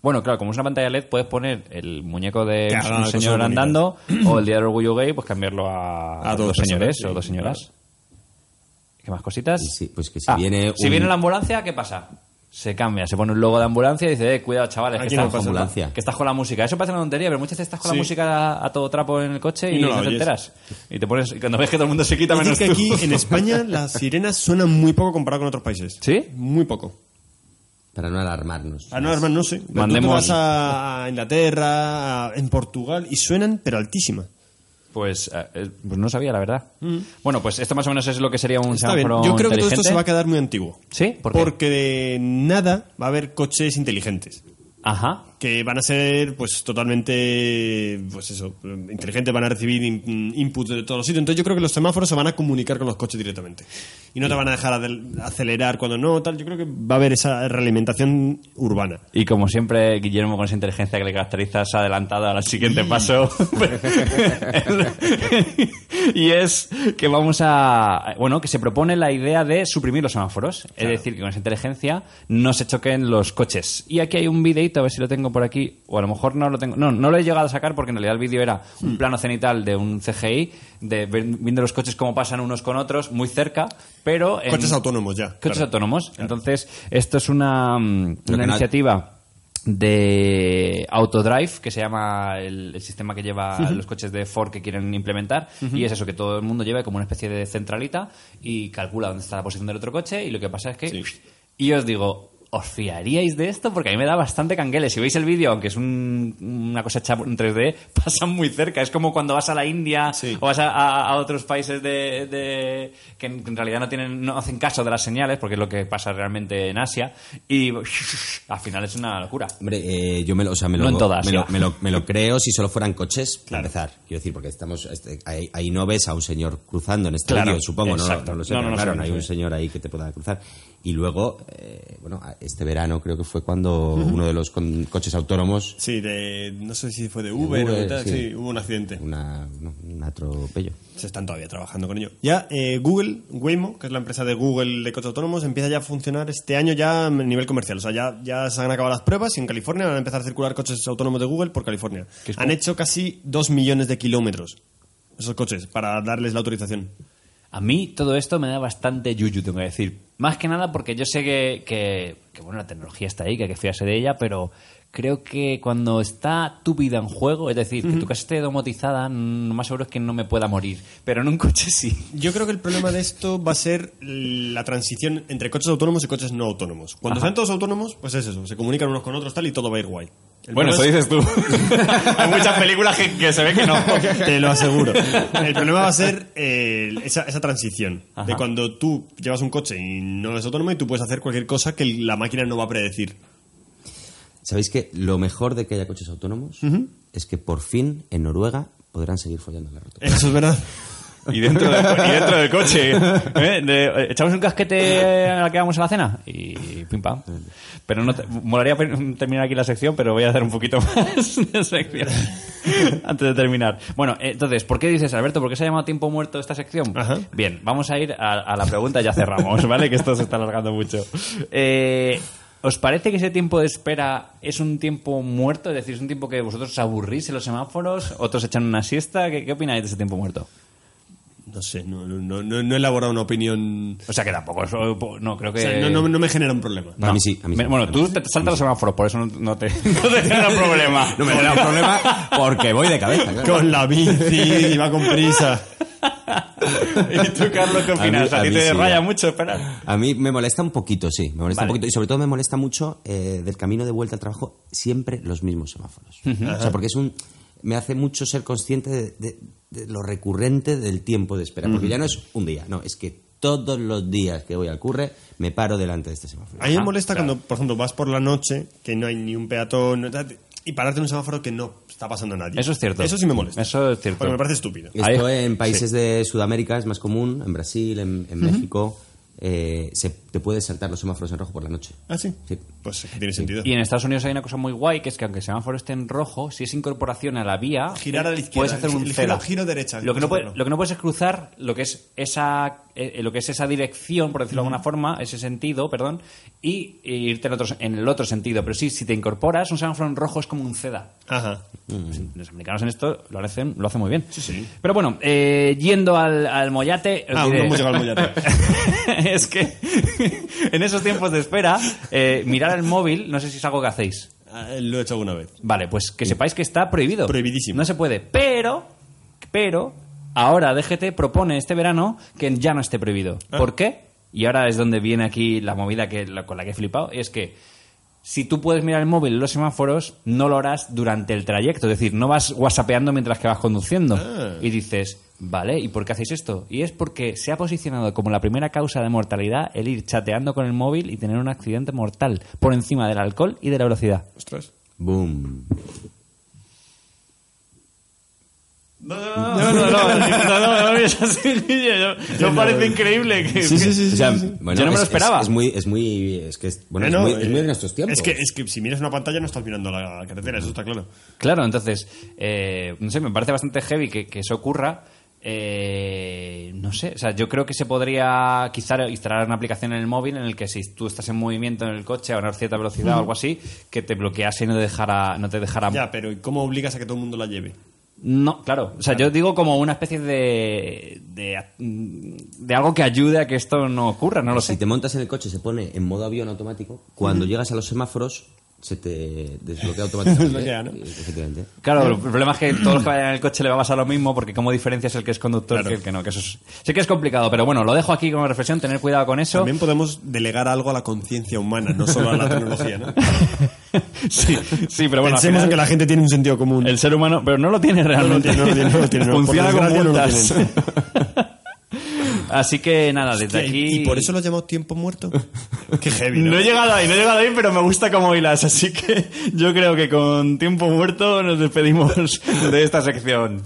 Bueno, claro, como es una pantalla LED, puedes poner el muñeco de Que haga un cosas señor bonitas. andando o el día del orgullo gay, pues cambiarlo a, A dos personas, señores sí, o dos señoras. claro. ¿Qué más cositas? Ah, Sí, pues que si viene si un- viene la ambulancia, ¿qué pasa? Se cambia, se pone un logo de ambulancia y dice, eh, cuidado, chavales, que Aquí no estás, pasa con- ambulancia. que estás con la música. Eso parece una tontería, pero muchas veces estás con la Sí. música a, a todo trapo en el coche y, Y no no, la te oyes. enteras. Y te pones, y cuando ves que todo el mundo se quita Dicen menos que tú. aquí en España las sirenas suenan muy poco comparado con otros países. ¿Sí? Muy poco. Para no alarmarnos. Ah, no, hermano, no sé. Tú te Mandemos- vas a a Inglaterra, a- en Portugal, y suenan, pero altísima. Pues, eh, eh, pues no sabía, la verdad. Bueno, pues esto más o menos es lo que sería un Mm. Está bien. semáforo Yo creo que todo esto inteligente. se va a quedar muy antiguo. ¿Sí? ¿Por qué? Porque de nada va a haber coches inteligentes. Ajá. que van a ser pues totalmente pues eso inteligentes van a recibir in- inputs de todos los sitios entonces yo creo que los semáforos se van a comunicar con los coches directamente y no te van a dejar adel- acelerar cuando no tal yo creo que va a haber esa realimentación urbana Y como siempre, Guillermo, con esa inteligencia que le caracteriza, se ha adelantado al siguiente paso. y es que vamos a. Bueno, que se propone la idea de suprimir los semáforos. Es decir, que con esa inteligencia no se choquen los coches. Y aquí hay un videito, a ver si lo tengo por aquí. O a lo mejor no lo tengo. No, no lo he llegado a sacar porque en realidad el vídeo era Hmm. un plano cenital de un CGI, de ver- viendo los coches cómo pasan unos con otros, muy cerca, pero. en- coches autónomos ya coches claro. autónomos. Entonces, esto es una, mm, Pero una que no- iniciativa de Autodrive, que se llama el, el sistema que lleva los coches de Ford que quieren implementar, y es eso, que todo el mundo lleva como una especie de centralita y calcula dónde está la posición del otro coche, y lo que pasa es que... Y os digo... ¿Os fiaríais de esto? Porque a mí me da bastante canguele. Si veis el vídeo, aunque es un- una cosa hecha en 3D, pasan muy cerca. Es como cuando vas a la India Sí. o vas a, a- a otros países de, de- que en que en realidad no tienen no hacen caso de las señales porque es lo que pasa realmente en Asia y al final es una locura Hombre, eh, yo me lo, o sea, me lo, No en todas, me, lo, ya. me lo- me lo creo si solo fueran coches para empezar. Quiero decir, porque estamos este, ahí, ahí no ves a un señor cruzando en este Claro, vídeo, supongo, no, exacto. no lo sé. No, pero no lo claro, sé, no no hay sé. un señor ahí que te pueda cruzar. Y luego, eh, bueno, a- este verano creo que fue cuando uno de los con- coches autónomos sí de no sé si fue de Uber, Uber, o tal sí. sí. hubo un accidente una, no, un atropello. se están todavía trabajando con ello ya eh, Google Waymo que es la empresa de Google de coches autónomos empieza ya a funcionar este año ya a nivel comercial o sea ya, ya se han acabado las pruebas y en California van a empezar a circular coches autónomos de Google por California Que es han como- hecho casi 2 millones de kilómetros esos coches para darles la autorización a mí todo esto me da bastante yuyu tengo que decir más que nada porque yo sé que, que, que, bueno la tecnología está ahí que hay que fiarse de ella pero creo que cuando está tu vida en juego es decir que tu casa esté domotizada mm, lo más seguro es que no me pueda morir pero en un coche sí Yo creo que el problema de esto va a ser la transición entre coches autónomos y coches no autónomos. Cuando Ajá. sean todos autónomos, pues es eso, se comunican unos con otros tal y todo va a ir guay. Bueno, eso dices tú. Hay muchas películas que, que se ve que no. Te lo aseguro. El problema va a ser eh, esa, esa transición. De cuando tú llevas un coche y no es autónomo y tú puedes hacer cualquier cosa que la máquina no va a predecir. ¿Sabéis que lo mejor de que haya coches autónomos es que por fin en Noruega podrán seguir follando en la rotonda? Eso es verdad. Y dentro, y dentro del coche. ¿Eh? echamos un casquete a la que vamos a la cena y pim pam. Pero no te- molaría pe- terminar aquí la sección, pero voy a hacer un poquito más de sección antes de terminar. Bueno, eh, entonces, ¿por qué dices, Alberto? ¿Por qué se ha llamado tiempo muerto esta sección? Ajá. Bien, vamos a ir a, a la pregunta y ya cerramos, ¿vale? Que esto se está alargando mucho. Eh, ¿Os parece que ese tiempo de espera es un tiempo muerto? Es decir, es un tiempo que vosotros os aburrís en los semáforos, otros echan una siesta. ¿Qué, qué opináis de ese tiempo muerto? No sé, no, no- no- no- no he elaborado una opinión. O sea que tampoco es- No, creo que. O sea, no, no- no me genera un problema. No, a mí sí, a mí sí. Me- Bueno, A mí tú sí. te saltas los semáforos, por eso no, no te, no te genera problema. No me da problema porque voy de cabeza. claro. Con la bici y va con prisa. ¿Y tú, Carlos, qué A mí- opinas? A, a ti mí te sí. raya mucho, espera. A mí me molesta un poquito, sí. Me molesta Vale. un poquito. Y sobre todo me molesta mucho eh, del camino de vuelta al trabajo siempre los mismos semáforos. O sea, porque es un. Me hace mucho ser consciente de, de- de lo recurrente del tiempo de espera. Porque ya no es un día, no. Es que todos los días que voy al curre me paro delante de este semáforo. A mí me molesta cuando, por ejemplo, vas por la noche, que no hay ni un peatón no- y pararte en un semáforo que no está pasando nadie. Eso es cierto. Eso sí me molesta. Eso es cierto. Porque me parece estúpido. Esto Ahí- en países de Sudamérica es más común, en Brasil, en, en México. eh, se, te puedes saltar los semáforos en rojo por la noche. Ah, sí. Sí. Pues sí, tiene sentido. Y en Estados Unidos hay una cosa muy guay, que es que aunque el semáforo esté en rojo, si es incorporación a la vía, Girar a la izquierda, puedes hacer el un gi- el cero. giro- giro derecha, Lo que, puedes no puede- hacerlo. lo que no puedes es cruzar lo que es esa, eh, lo que es esa dirección, por decirlo de alguna forma, ese sentido, perdón, y e irte en, otro- en el otro sentido. Pero sí, si te incorporas, un semáforo en rojo es como un ceda. Ajá. Los americanos en esto lo hacen, lo hacen muy bien. Pero bueno, eh, yendo al, al mollate. os Ah, aún diré- no hemos llegado al mollate. es que en esos tiempos de espera, eh, mirar el móvil, no sé si es algo que hacéis. Ah, Lo he hecho alguna vez. Vale, pues que sepáis que está prohibido. Prohibidísimo. No se puede. Pero, pero, ahora DGT propone este verano que ya no esté prohibido. ¿Por qué? Y ahora es donde viene aquí la movida que, la- con la que he flipado. Es que si tú puedes mirar el móvil en los semáforos, no lo harás durante el trayecto. Es decir, no vas whatsappeando mientras que vas conduciendo. Y dices, vale, ¿y por qué hacéis esto? Y es porque se ha posicionado como la primera causa de mortalidad el ir chateando con el móvil y tener un accidente mortal por encima del alcohol y de la velocidad. Ostras. Boom. No, no, no, no, no, no, es así, Guille, no, no parece increíble que... que- O sea, bueno, Yo no me lo es- esperaba. Es, es muy, es muy, es que es, bueno, Eh, no, es, muy, es eh, muy de nuestros tiempos. Es que, es que si miras una pantalla no estás mirando la carretera, eso está claro. Claro, entonces, eh, no sé, me parece bastante heavy que, que eso ocurra. Eh, no sé, o sea, yo creo que se podría quizá instalar una aplicación en el móvil en el que si tú estás en movimiento en el coche a una cierta velocidad o algo así, que te bloquease y no, dejara, no te Ah, dejara... Ya, pero ¿y ¿cómo obligas a que todo el mundo la lleve? No, claro. O sea, yo digo como una especie de, de, de algo que ayude a que esto no ocurra, no lo sé. Si te montas en el coche, se pone en modo avión automático. Cuando llegas a los semáforos, se te desbloquea automáticamente. Desbloquea, ¿no? Efectivamente. Claro, el problema es que todos los que vayan en el coche le va a pasar lo mismo porque cómo diferencias el que es conductor Claro. y el que no. Que eso es- sé que es complicado, pero bueno, lo dejo aquí como reflexión, tener cuidado con eso. También podemos delegar algo a la conciencia humana, no solo a la tecnología, ¿no? sí, sí, pero bueno, al Pensemos en final que la gente tiene un sentido común. el ser humano, pero no lo tiene realmente. tiene, no lo tiene, no lo tiene, no. Funciona Por con desgracia, no lo multas. Así que nada, desde aquí. ¿Y por eso lo has llamado tiempo muerto? Qué heavy, ¿no? No he llegado ahí, no he llegado ahí, pero me gusta cómo hilas. Así que yo creo que con tiempo muerto nos despedimos de esta sección.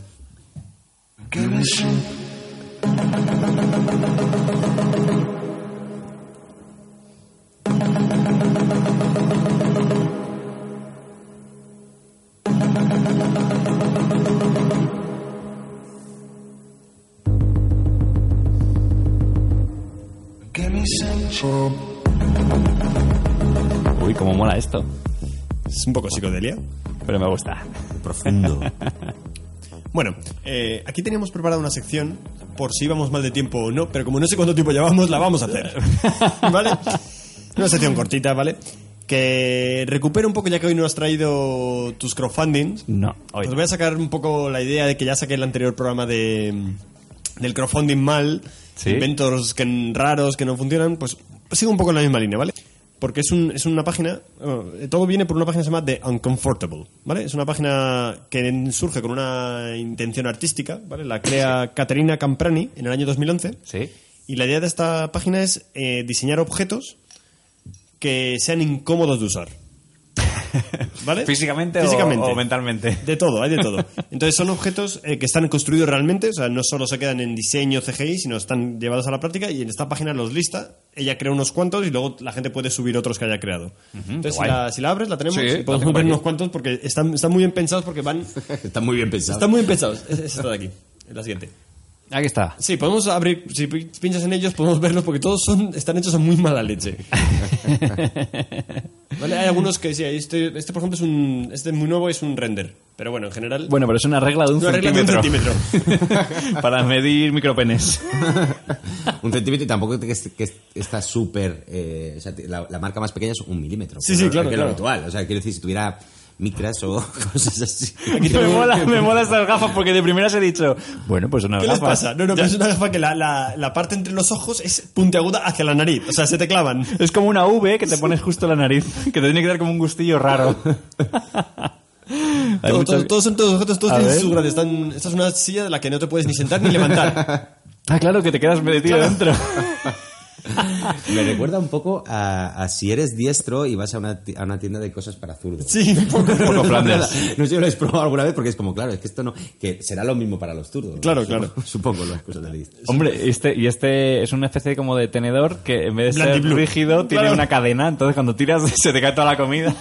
Uy, cómo mola esto. Es un poco psicodelia. Pero me gusta. Profundo. Bueno, eh, aquí teníamos preparada una sección por si íbamos mal de tiempo o no, pero como no sé cuánto tiempo llevamos, la vamos a hacer. ¿Vale? Una sección cortita, ¿vale? Que recupera un poco, ya que hoy no has traído tus crowdfundings. No, Os hoy Pues voy a sacar un poco la idea de que ya saqué el anterior programa de, mm, del crowdfunding mal, Sí. inventos que, raros que no funcionan, pues sigo un poco en la misma línea, ¿vale? porque es, un- es una página. bueno, eh, todo viene por una página que se llama The Uncomfortable, ¿vale? Es una página que surge con una intención artística, ¿vale? La crea Caterina Camprani en el año 2011. Sí. Y la idea de esta página es eh, diseñar objetos que sean incómodos de usar. ¿Vale? ¿Físicamente, o- o mentalmente? De todo, hay de todo. Entonces son objetos eh, que están construidos realmente, o sea, no solo se quedan en diseño CGI, sino están llevados a la práctica y en esta página los lista. Ella crea unos cuantos y luego la gente puede subir otros que haya creado. Entonces, si guay. la, si la abres, la tenemos Sí, y la podemos tengo ver aquí. unos cuantos porque están, están muy bien pensados porque van... Está muy bien pensado. Están muy bien pensados. Es, es esta de aquí, es la siguiente. Aquí está. Sí, podemos abrir, si pi- pinchas en ellos podemos verlos porque todos son, están hechos a muy mala leche. ¿Vale? Hay algunos que sí, este, este por ejemplo es un, este muy nuevo es un render, pero bueno, en general... Bueno, pero es una regla de un Una regla de un centímetro. centímetro. Para medir micropenes. un centímetro y tampoco que, es- que es- está súper. eh, o sea, la, la marca más pequeña es un milímetro. Sí, sí, que claro, Es lo claro. habitual. O sea, quiero decir, si tuviera micras o cosas así. me, mola, me mola estas gafas porque de primeras he dicho, bueno, pues unas ¿Qué les gafas. pasa? No, no, pero es una gafa que la, la, la parte entre los ojos es puntiaguda hacia la nariz. O sea, se te clavan. Es como una V que te pones justo en la nariz, que te tiene que dar como un gustillo raro. Hay Todo- muchas- todo- todos son todos objetos, todos A tienen ver. sus gracias. Están- esta es una silla de la que no te puedes ni sentar ni levantar. Ah, claro, que te quedas metido Claro. dentro. Me recuerda un poco a, a si eres diestro y vas a una, ti- a una tienda de cosas para zurdos. Sí, un poco. Un poco Flanders. No sé si lo habéis probado alguna vez porque es como, claro, es que esto no. que será lo mismo para los zurdos. ¿no? Claro, Supongo- Supongo las cosas de la lista. Hombre, este, y este es una especie como de tenedor que en vez de Blandy ser blue. rígido tiene Claro. una cadena, entonces cuando tiras se te cae toda la comida.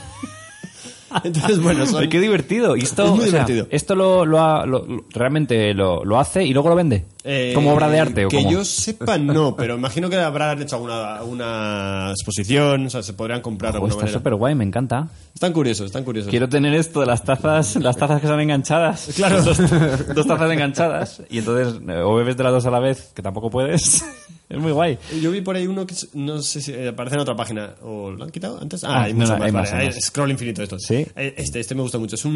Entonces, bueno, son- Ay, qué divertido. Y esto, Es muy o sea, divertido. esto lo, lo ha- lo- lo- realmente lo, lo hace y luego lo vende. Eh, como obra de arte. ¿o Que cómo? yo sepa, no, pero imagino que habrán hecho alguna, alguna exposición, o sea, se podrían comprar de Ojo, alguna Ah, está manera. súper guay, me encanta. Están curiosos, están curiosos. Quiero tener esto de las tazas, las tazas que están enganchadas. Claro. Dos, dos tazas enganchadas. Y entonces, eh, o bebes de las dos a la vez, que tampoco puedes. Es muy guay. Yo vi por ahí uno que es- no sé si eh, aparece en otra página. ¿O lo han quitado antes? Ah, Ah, hay no, mucho no, más. hay vale, más, hay hay más. Scroll infinito esto. ¿Sí? Eh, Este, este me gusta mucho. Es un,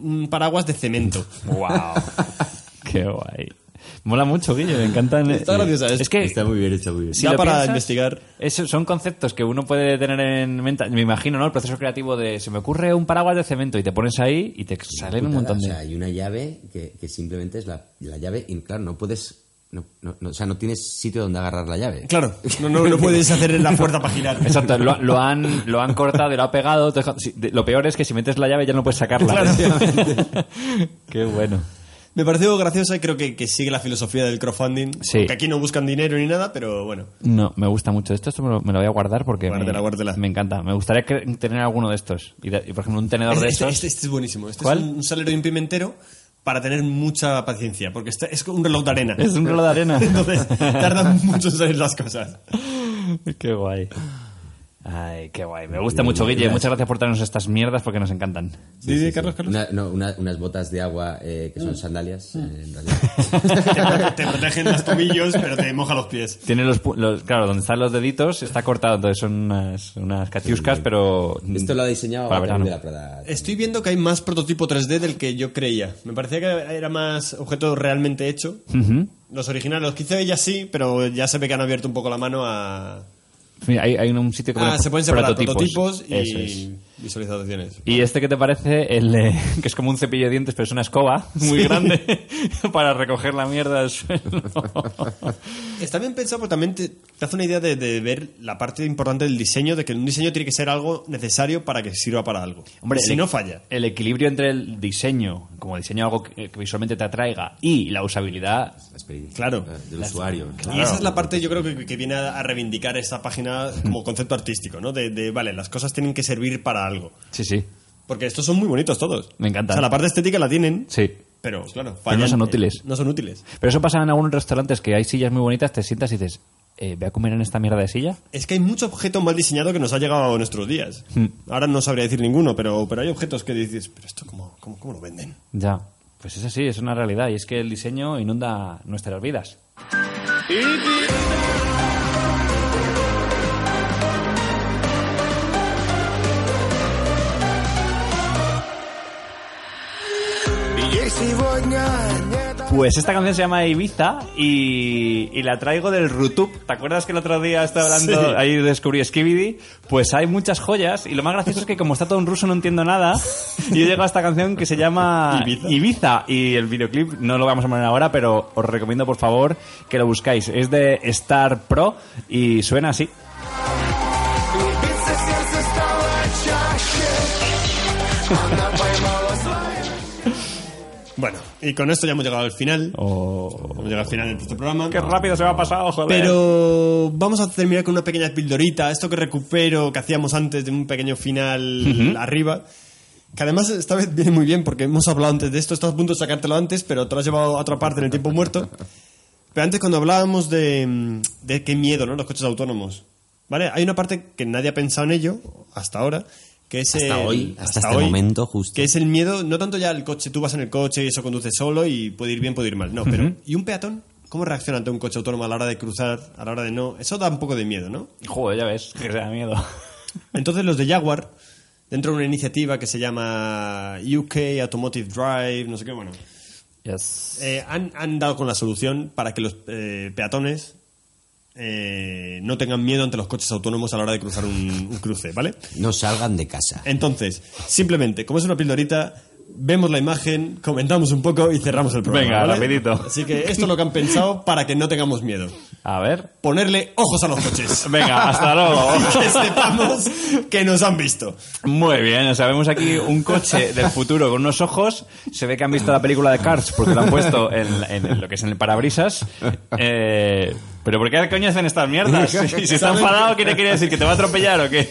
un paraguas de cemento. ¡Wow! ¡Qué guay! Mola mucho, Guille, me encantan. Está eh, graciosa, es- Es que Está muy bien, está muy bien. si Da lo para piensas, investigar. eso- son conceptos que uno puede tener en mente. Me imagino, ¿no? El proceso creativo de se me ocurre un paraguas de cemento y te pones ahí y te salen un montón O sea, de. hay una llave que, que simplemente es la, la llave y claro, no puedes... No, no- no- o sea, no tienes sitio donde agarrar la llave. Claro, no, no, no puedes hacer la puerta para girar. Exacto, lo, lo han, lo han cortado y lo ha pegado. te deja- si- de- Lo peor es que si metes la llave ya no puedes sacarla. Qué bueno. Me pareció graciosa y creo que, que sigue la filosofía del crowdfunding. Sí. Que aquí no buscan dinero ni nada, pero bueno. No, me gusta mucho esto. Esto me lo, me lo voy a guardar porque Guárdela, me, guárdela. me encanta. Me gustaría cre- tener alguno de estos. Y, de- y, por ejemplo, un tenedor Este, de este- estos. este- este es buenísimo. Este ¿Cuál? es un, un salero de un pimentero para tener mucha paciencia, porque este es un reloj de arena. Es un reloj de arena. Entonces, tardan mucho en salir las cosas. qué guay. Ay, qué guay. Me gusta mucho, Guille. Muchas gracias por traernos estas mierdas porque nos encantan. Sí, sí, Carlos, Carlos. Una- no, una- unas botas de agua eh, Mm. que son sandalias, eh, en realidad. te, te protegen los tobillos, pero te moja los pies. Tiene los, pu- los- Claro, donde están los deditos está cortado, entonces son unas, unas catiuscas, pero. Esto lo ha diseñado Para Gabriel verano. Eh, de la Prada. Estoy viendo que hay más prototipo 3D del que yo creía. Me parecía que era más objeto realmente hecho. Ujú. Los originales, los 15 ya sí, pero ya se ve que han abierto un poco la mano a... Mira, hay, hay un sitio que Ah, pone se pueden separar prototipos, Eso y es. visualizaciones. Y este que te parece, el, eh, que es como un cepillo de dientes, pero es una escoba muy grande para recoger la mierda del suelo. Está bien pensado porque también te, te hace una idea de, de ver la parte importante del diseño, de que un diseño tiene que ser algo necesario para que sirva para algo. si el- no falla. El equilibrio entre el diseño, como diseño algo que, que visualmente te atraiga, y la usabilidad. La experiencia Claro. eh, Del usuario. Y esa es la parte, yo creo que, que viene a, a reivindicar esta página Hmm. como concepto artístico, ¿no? De, de, vale, las cosas tienen que servir para algo. Sí, sí. Porque estos son muy bonitos todos. Me encantan. O sea, la parte estética la tienen. Sí. Pero, claro, no son eh, útiles. no son útiles. Pero eso pasa en algunos restaurantes que hay sillas muy bonitas, te sientas y dices, eh, ¿voy a comer en esta mierda de silla? Es que hay mucho objeto mal diseñado que nos ha llegado a nuestros días. Hmm. Ahora no sabría decir ninguno, pero, pero hay objetos que dices, pero esto cómo, cómo, cómo lo venden. Ya. Pues es así, es una realidad. Y es que el diseño inunda nuestras vidas. Pues esta canción se llama Ibiza y, y la traigo del Rutub. ¿Te acuerdas que el otro día estaba hablando, Sí. ahí descubrí Skibidi? Pues hay muchas joyas y lo más gracioso es que como está todo en ruso no entiendo nada. Y yo llego a esta canción que se llama Ibiza. Ibiza y el videoclip no lo vamos a poner ahora, pero os recomiendo por favor que lo buscáis. Es de Star Pro y suena así. Bueno, y con esto ya hemos llegado al final. Oh. Hemos llegado al final de este programa. Qué rápido se me ha pasado, joder. Pero vamos a terminar con una pequeña pildorita, esto que recupero que hacíamos antes de un pequeño final arriba. Que además esta vez viene muy bien porque hemos hablado antes de esto, estás a punto de sacártelo antes, pero te lo has llevado a otra parte en el tiempo muerto. Pero antes cuando hablábamos de, mm, de qué miedo, ¿no? Los coches autónomos. ¿Vale? Hay una parte que nadie ha pensado en ello hasta ahora, que es Hasta el- hoy, hasta este momento, justo. Que es el miedo, no tanto ya el coche, tú vas en el coche y eso conduce solo y puede ir bien, puede ir mal. No, pero ¿y un peatón? ¿Cómo reacciona ante un coche autónomo a la hora de cruzar, a la hora de no? Eso da un poco de miedo, ¿no? Joder, ya ves, que se da miedo. Entonces los de Jaguar, dentro de una iniciativa que se llama UK Automotive Drive, no sé qué, bueno, eh, han, han dado con la solución para que los eh, peatones eh, no tengan miedo ante los coches autónomos a la hora de cruzar un- un cruce, ¿vale? No salgan de casa. Eh, Entonces, simplemente, como es una pildorita, vemos la imagen, comentamos un poco y cerramos el programa. Venga, ¿vale? rapidito. Así que esto es lo que han pensado para que no tengamos miedo. A ver. Ponerle ojos a los coches. Venga, hasta luego. que sepamos que nos han visto. Muy bien, o sea, vemos aquí un coche del futuro con unos ojos. Se ve que han visto la película de Cars porque lo han puesto en, en lo que es en el parabrisas. Eh, pero ¿por qué coño hacen estas mierdas? Si, si está ¿Saben? enfadado, ¿qué te quiere decir? ¿Que te va a atropellar o qué?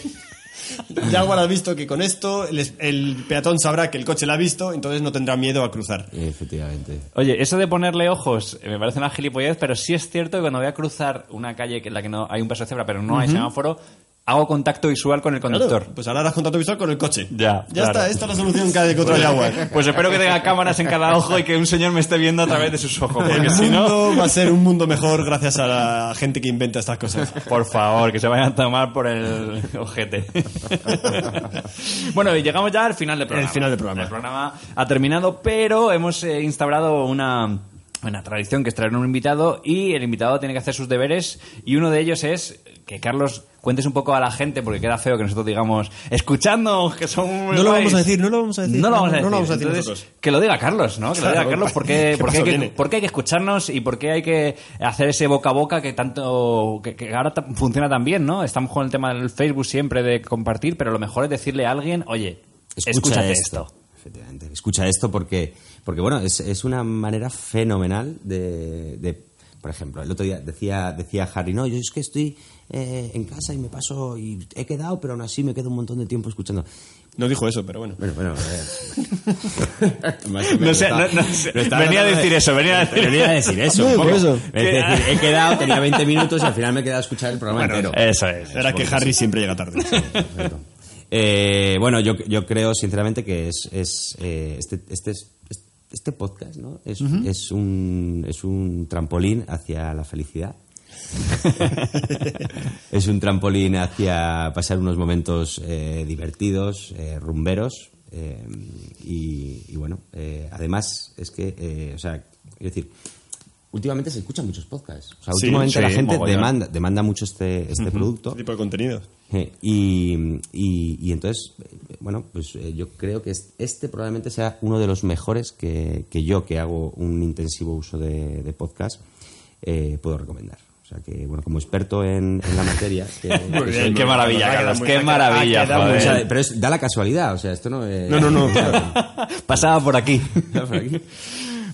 Jaguar ha visto que con esto el, el peatón sabrá que el coche la ha visto, entonces no tendrá miedo a cruzar. Efectivamente. Oye, eso de ponerle ojos eh, me parece una gilipollez, pero sí es cierto que cuando voy a cruzar una calle que- en la que no hay un paso de cebra, pero no hay semáforo, hago contacto visual con el conductor. Claro, pues ahora harás contacto visual con el coche. Ya, Ya claro. está, esta es la solución que ha encontrado Jaguar. Pues espero que tenga cámaras en cada ojo y que un señor me esté viendo a través de sus ojos, porque El si no... mundo va a ser un mundo mejor gracias a la gente que inventa estas cosas. Por favor, que se vayan a tomar por el ojete. bueno, y llegamos ya al final del programa. El final del programa. El programa ha terminado, pero hemos eh, instaurado una, una tradición que es traer un invitado y el invitado tiene que hacer sus deberes y uno de ellos es que Carlos cuentes un poco a la gente porque queda feo que nosotros digamos escuchando que son muy No lo guays". vamos a decir, no lo vamos a decir. no lo vamos a No, decir, no lo vamos a decir Entonces, nosotros. que lo diga Carlos no que lo Claro, diga Carlos porque, ¿qué porque, hay paso que, tiene? porque hay que escucharnos y porque hay que hacer ese boca a boca que tanto que, que ahora ta- funciona tan bien no estamos con el tema del Facebook siempre de compartir pero lo mejor es decirle a alguien oye Escucha escúchate esto. esto. Efectivamente. Escucha esto porque, porque bueno, es, es una manera fenomenal de, de- Por ejemplo, el otro día decía, decía Harry, no, yo es que estoy eh, en casa y me paso y he quedado, pero aún así me quedo un montón de tiempo escuchando. No dijo eso, pero bueno. Bueno, bueno. eh. Más o No menos, sé, estaba- no- no sé. lo estaba Venía a tratando decir eso, venía a decir- venía a decir eso. Sí, un poco. por eso. Es decir, he quedado, tenía 20 minutos y al final me he quedado a escuchar el programa entero. eso es Era que Harry siempre llega tarde. Este Perfecto. Eh, bueno, yo, yo creo sinceramente que es, es, eh, este, este, es- este podcast ¿no? es, es, un, es un trampolín hacia la felicidad. es un trampolín hacia pasar unos momentos eh, divertidos, eh, rumberos. eh, y, y bueno, eh, además es que, eh, o sea, es decir, últimamente se escuchan muchos podcasts. O sea, Sí, últimamente sí, la gente mogollón. demanda, demanda mucho este, este producto. Este tipo de contenido. Eh, Y, y- y entonces, eh, bueno, pues eh, yo creo que es- este probablemente sea uno de los mejores que, que yo, que hago un intensivo uso de, de podcast, eh, puedo recomendar. O sea que, bueno, como experto en, en la materia... que- que soy- qué maravilla Carlos qué maravilla o sea, joder. pero es- da la casualidad, o sea, esto no... es- No, no, no. pasaba por aquí por aquí.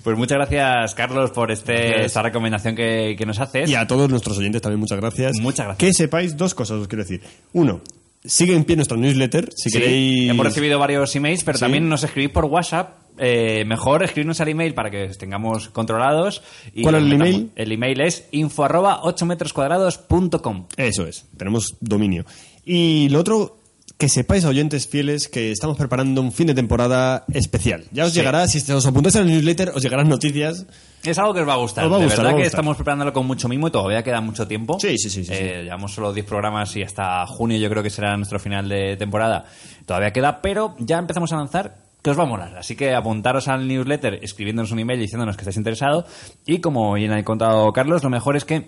pues muchas gracias Carlos por este, esta recomendación que, que nos haces Y a todos nuestros oyentes también muchas gracias. Muchas gracias. Que sepáis dos cosas, os quiero decir. Uno, sigue en pie nuestra newsletter. Si Sí, queréis... Hemos recibido varios emails, pero Sí. también nos escribís por WhatsApp. Eh, mejor escribirnos al email para que os tengamos controlados. y ¿Cuál es el metamos- email? El email es info arroba 8 metros cuadrados punto com. Eso es, tenemos dominio. Y lo otro, que sepáis, oyentes fieles, que estamos preparando un fin de temporada especial. Ya os llegará, si os apuntáis al newsletter, os llegarán noticias. Es algo que os va a gustar. Os va a de gustar, verdad os va a que gustar. estamos preparándolo con mucho mimo, todavía queda mucho tiempo. Sí, sí, sí, sí, Eh, Llevamos solo 10 programas y hasta junio yo creo que será nuestro final de temporada. Todavía queda, pero ya empezamos a lanzar que os va a molar. Así que apuntaros al newsletter escribiéndonos un email diciéndonos que estáis interesados. Y como bien ha contado Carlos, lo mejor es que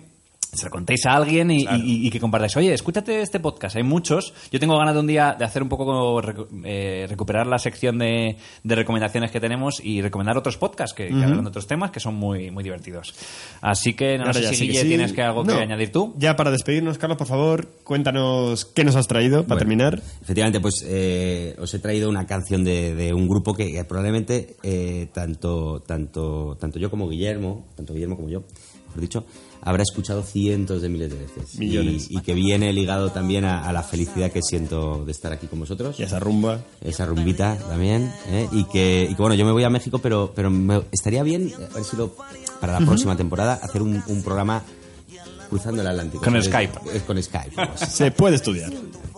se lo contéis a alguien y, y- y que compartáis. Oye, escúchate este podcast, hay muchos. Yo tengo ganas de un día de hacer un poco, como recu- eh, recuperar la sección de, de recomendaciones que tenemos y recomendar otros podcasts que, que Ujú. hablan de otros temas que son muy, muy divertidos. Así que no, Ahora sé ya si sí que Guille, sí. tienes que algo que No. añadir tú. Ya para despedirnos, Carlos, por favor, cuéntanos qué nos has traído para terminar. Efectivamente, pues eh, os he traído una canción de, de un grupo que, que probablemente eh, tanto, tanto, tanto yo como Guillermo, tanto Guillermo como yo, mejor dicho, habrá escuchado cientos de miles de veces. Millones. Y, y que viene ligado también a, a la felicidad que siento de estar aquí con vosotros. Y esa rumba. Esa rumbita también. ¿eh? Y, que, y que, bueno, yo me voy a México, pero, pero me- estaría bien, a ver si lo- para la próxima temporada, hacer un, un programa cruzando el Atlántico. Con ¿sabes? Skype. Eh, Con Skype. vamos. Se puede estudiar.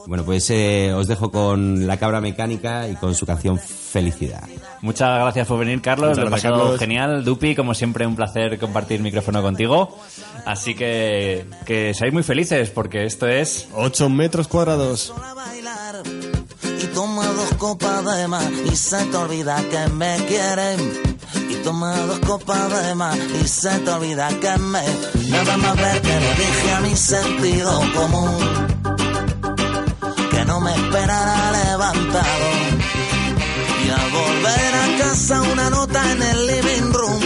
Bueno, pues eh, os dejo con La Cabra Mecánica y con su canción Felicidad. Muchas gracias por venir, Carlos. Muchas Lo he gracias, pasado Carlos. genial. Dupi, como siempre, un placer compartir micrófono contigo. Así que que seáis muy felices porque esto es 8 metros cuadrados. sola a bailar y toma dos copas de más y se te olvida que me quieren y toma dos copas de más y se te olvida que me nada más ver que le dije a mi sentido común que no me esperara levantado y al volver a casa una nota en el living room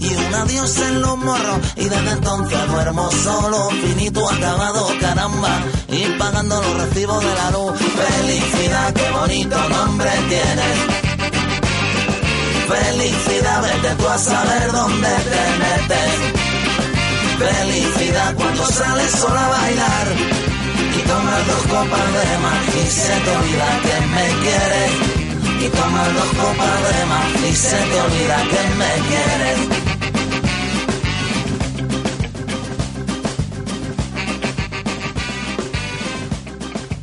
y un adiós en los morros y desde entonces duermo solo, finito, acabado, caramba y pagando los recibos de la luz Felicidad, qué bonito nombre tienes Felicidad, vete tú a saber dónde te metes Felicidad cuando sales sola a bailar y tomas dos copas de más y se te olvida que me quieres y tomas dos copas de más y se te olvida que me quieres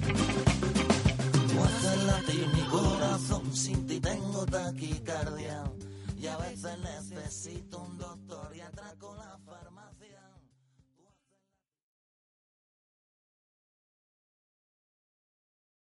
Tú haces latir mi corazón, sin ti tengo taquicardia y a veces necesito un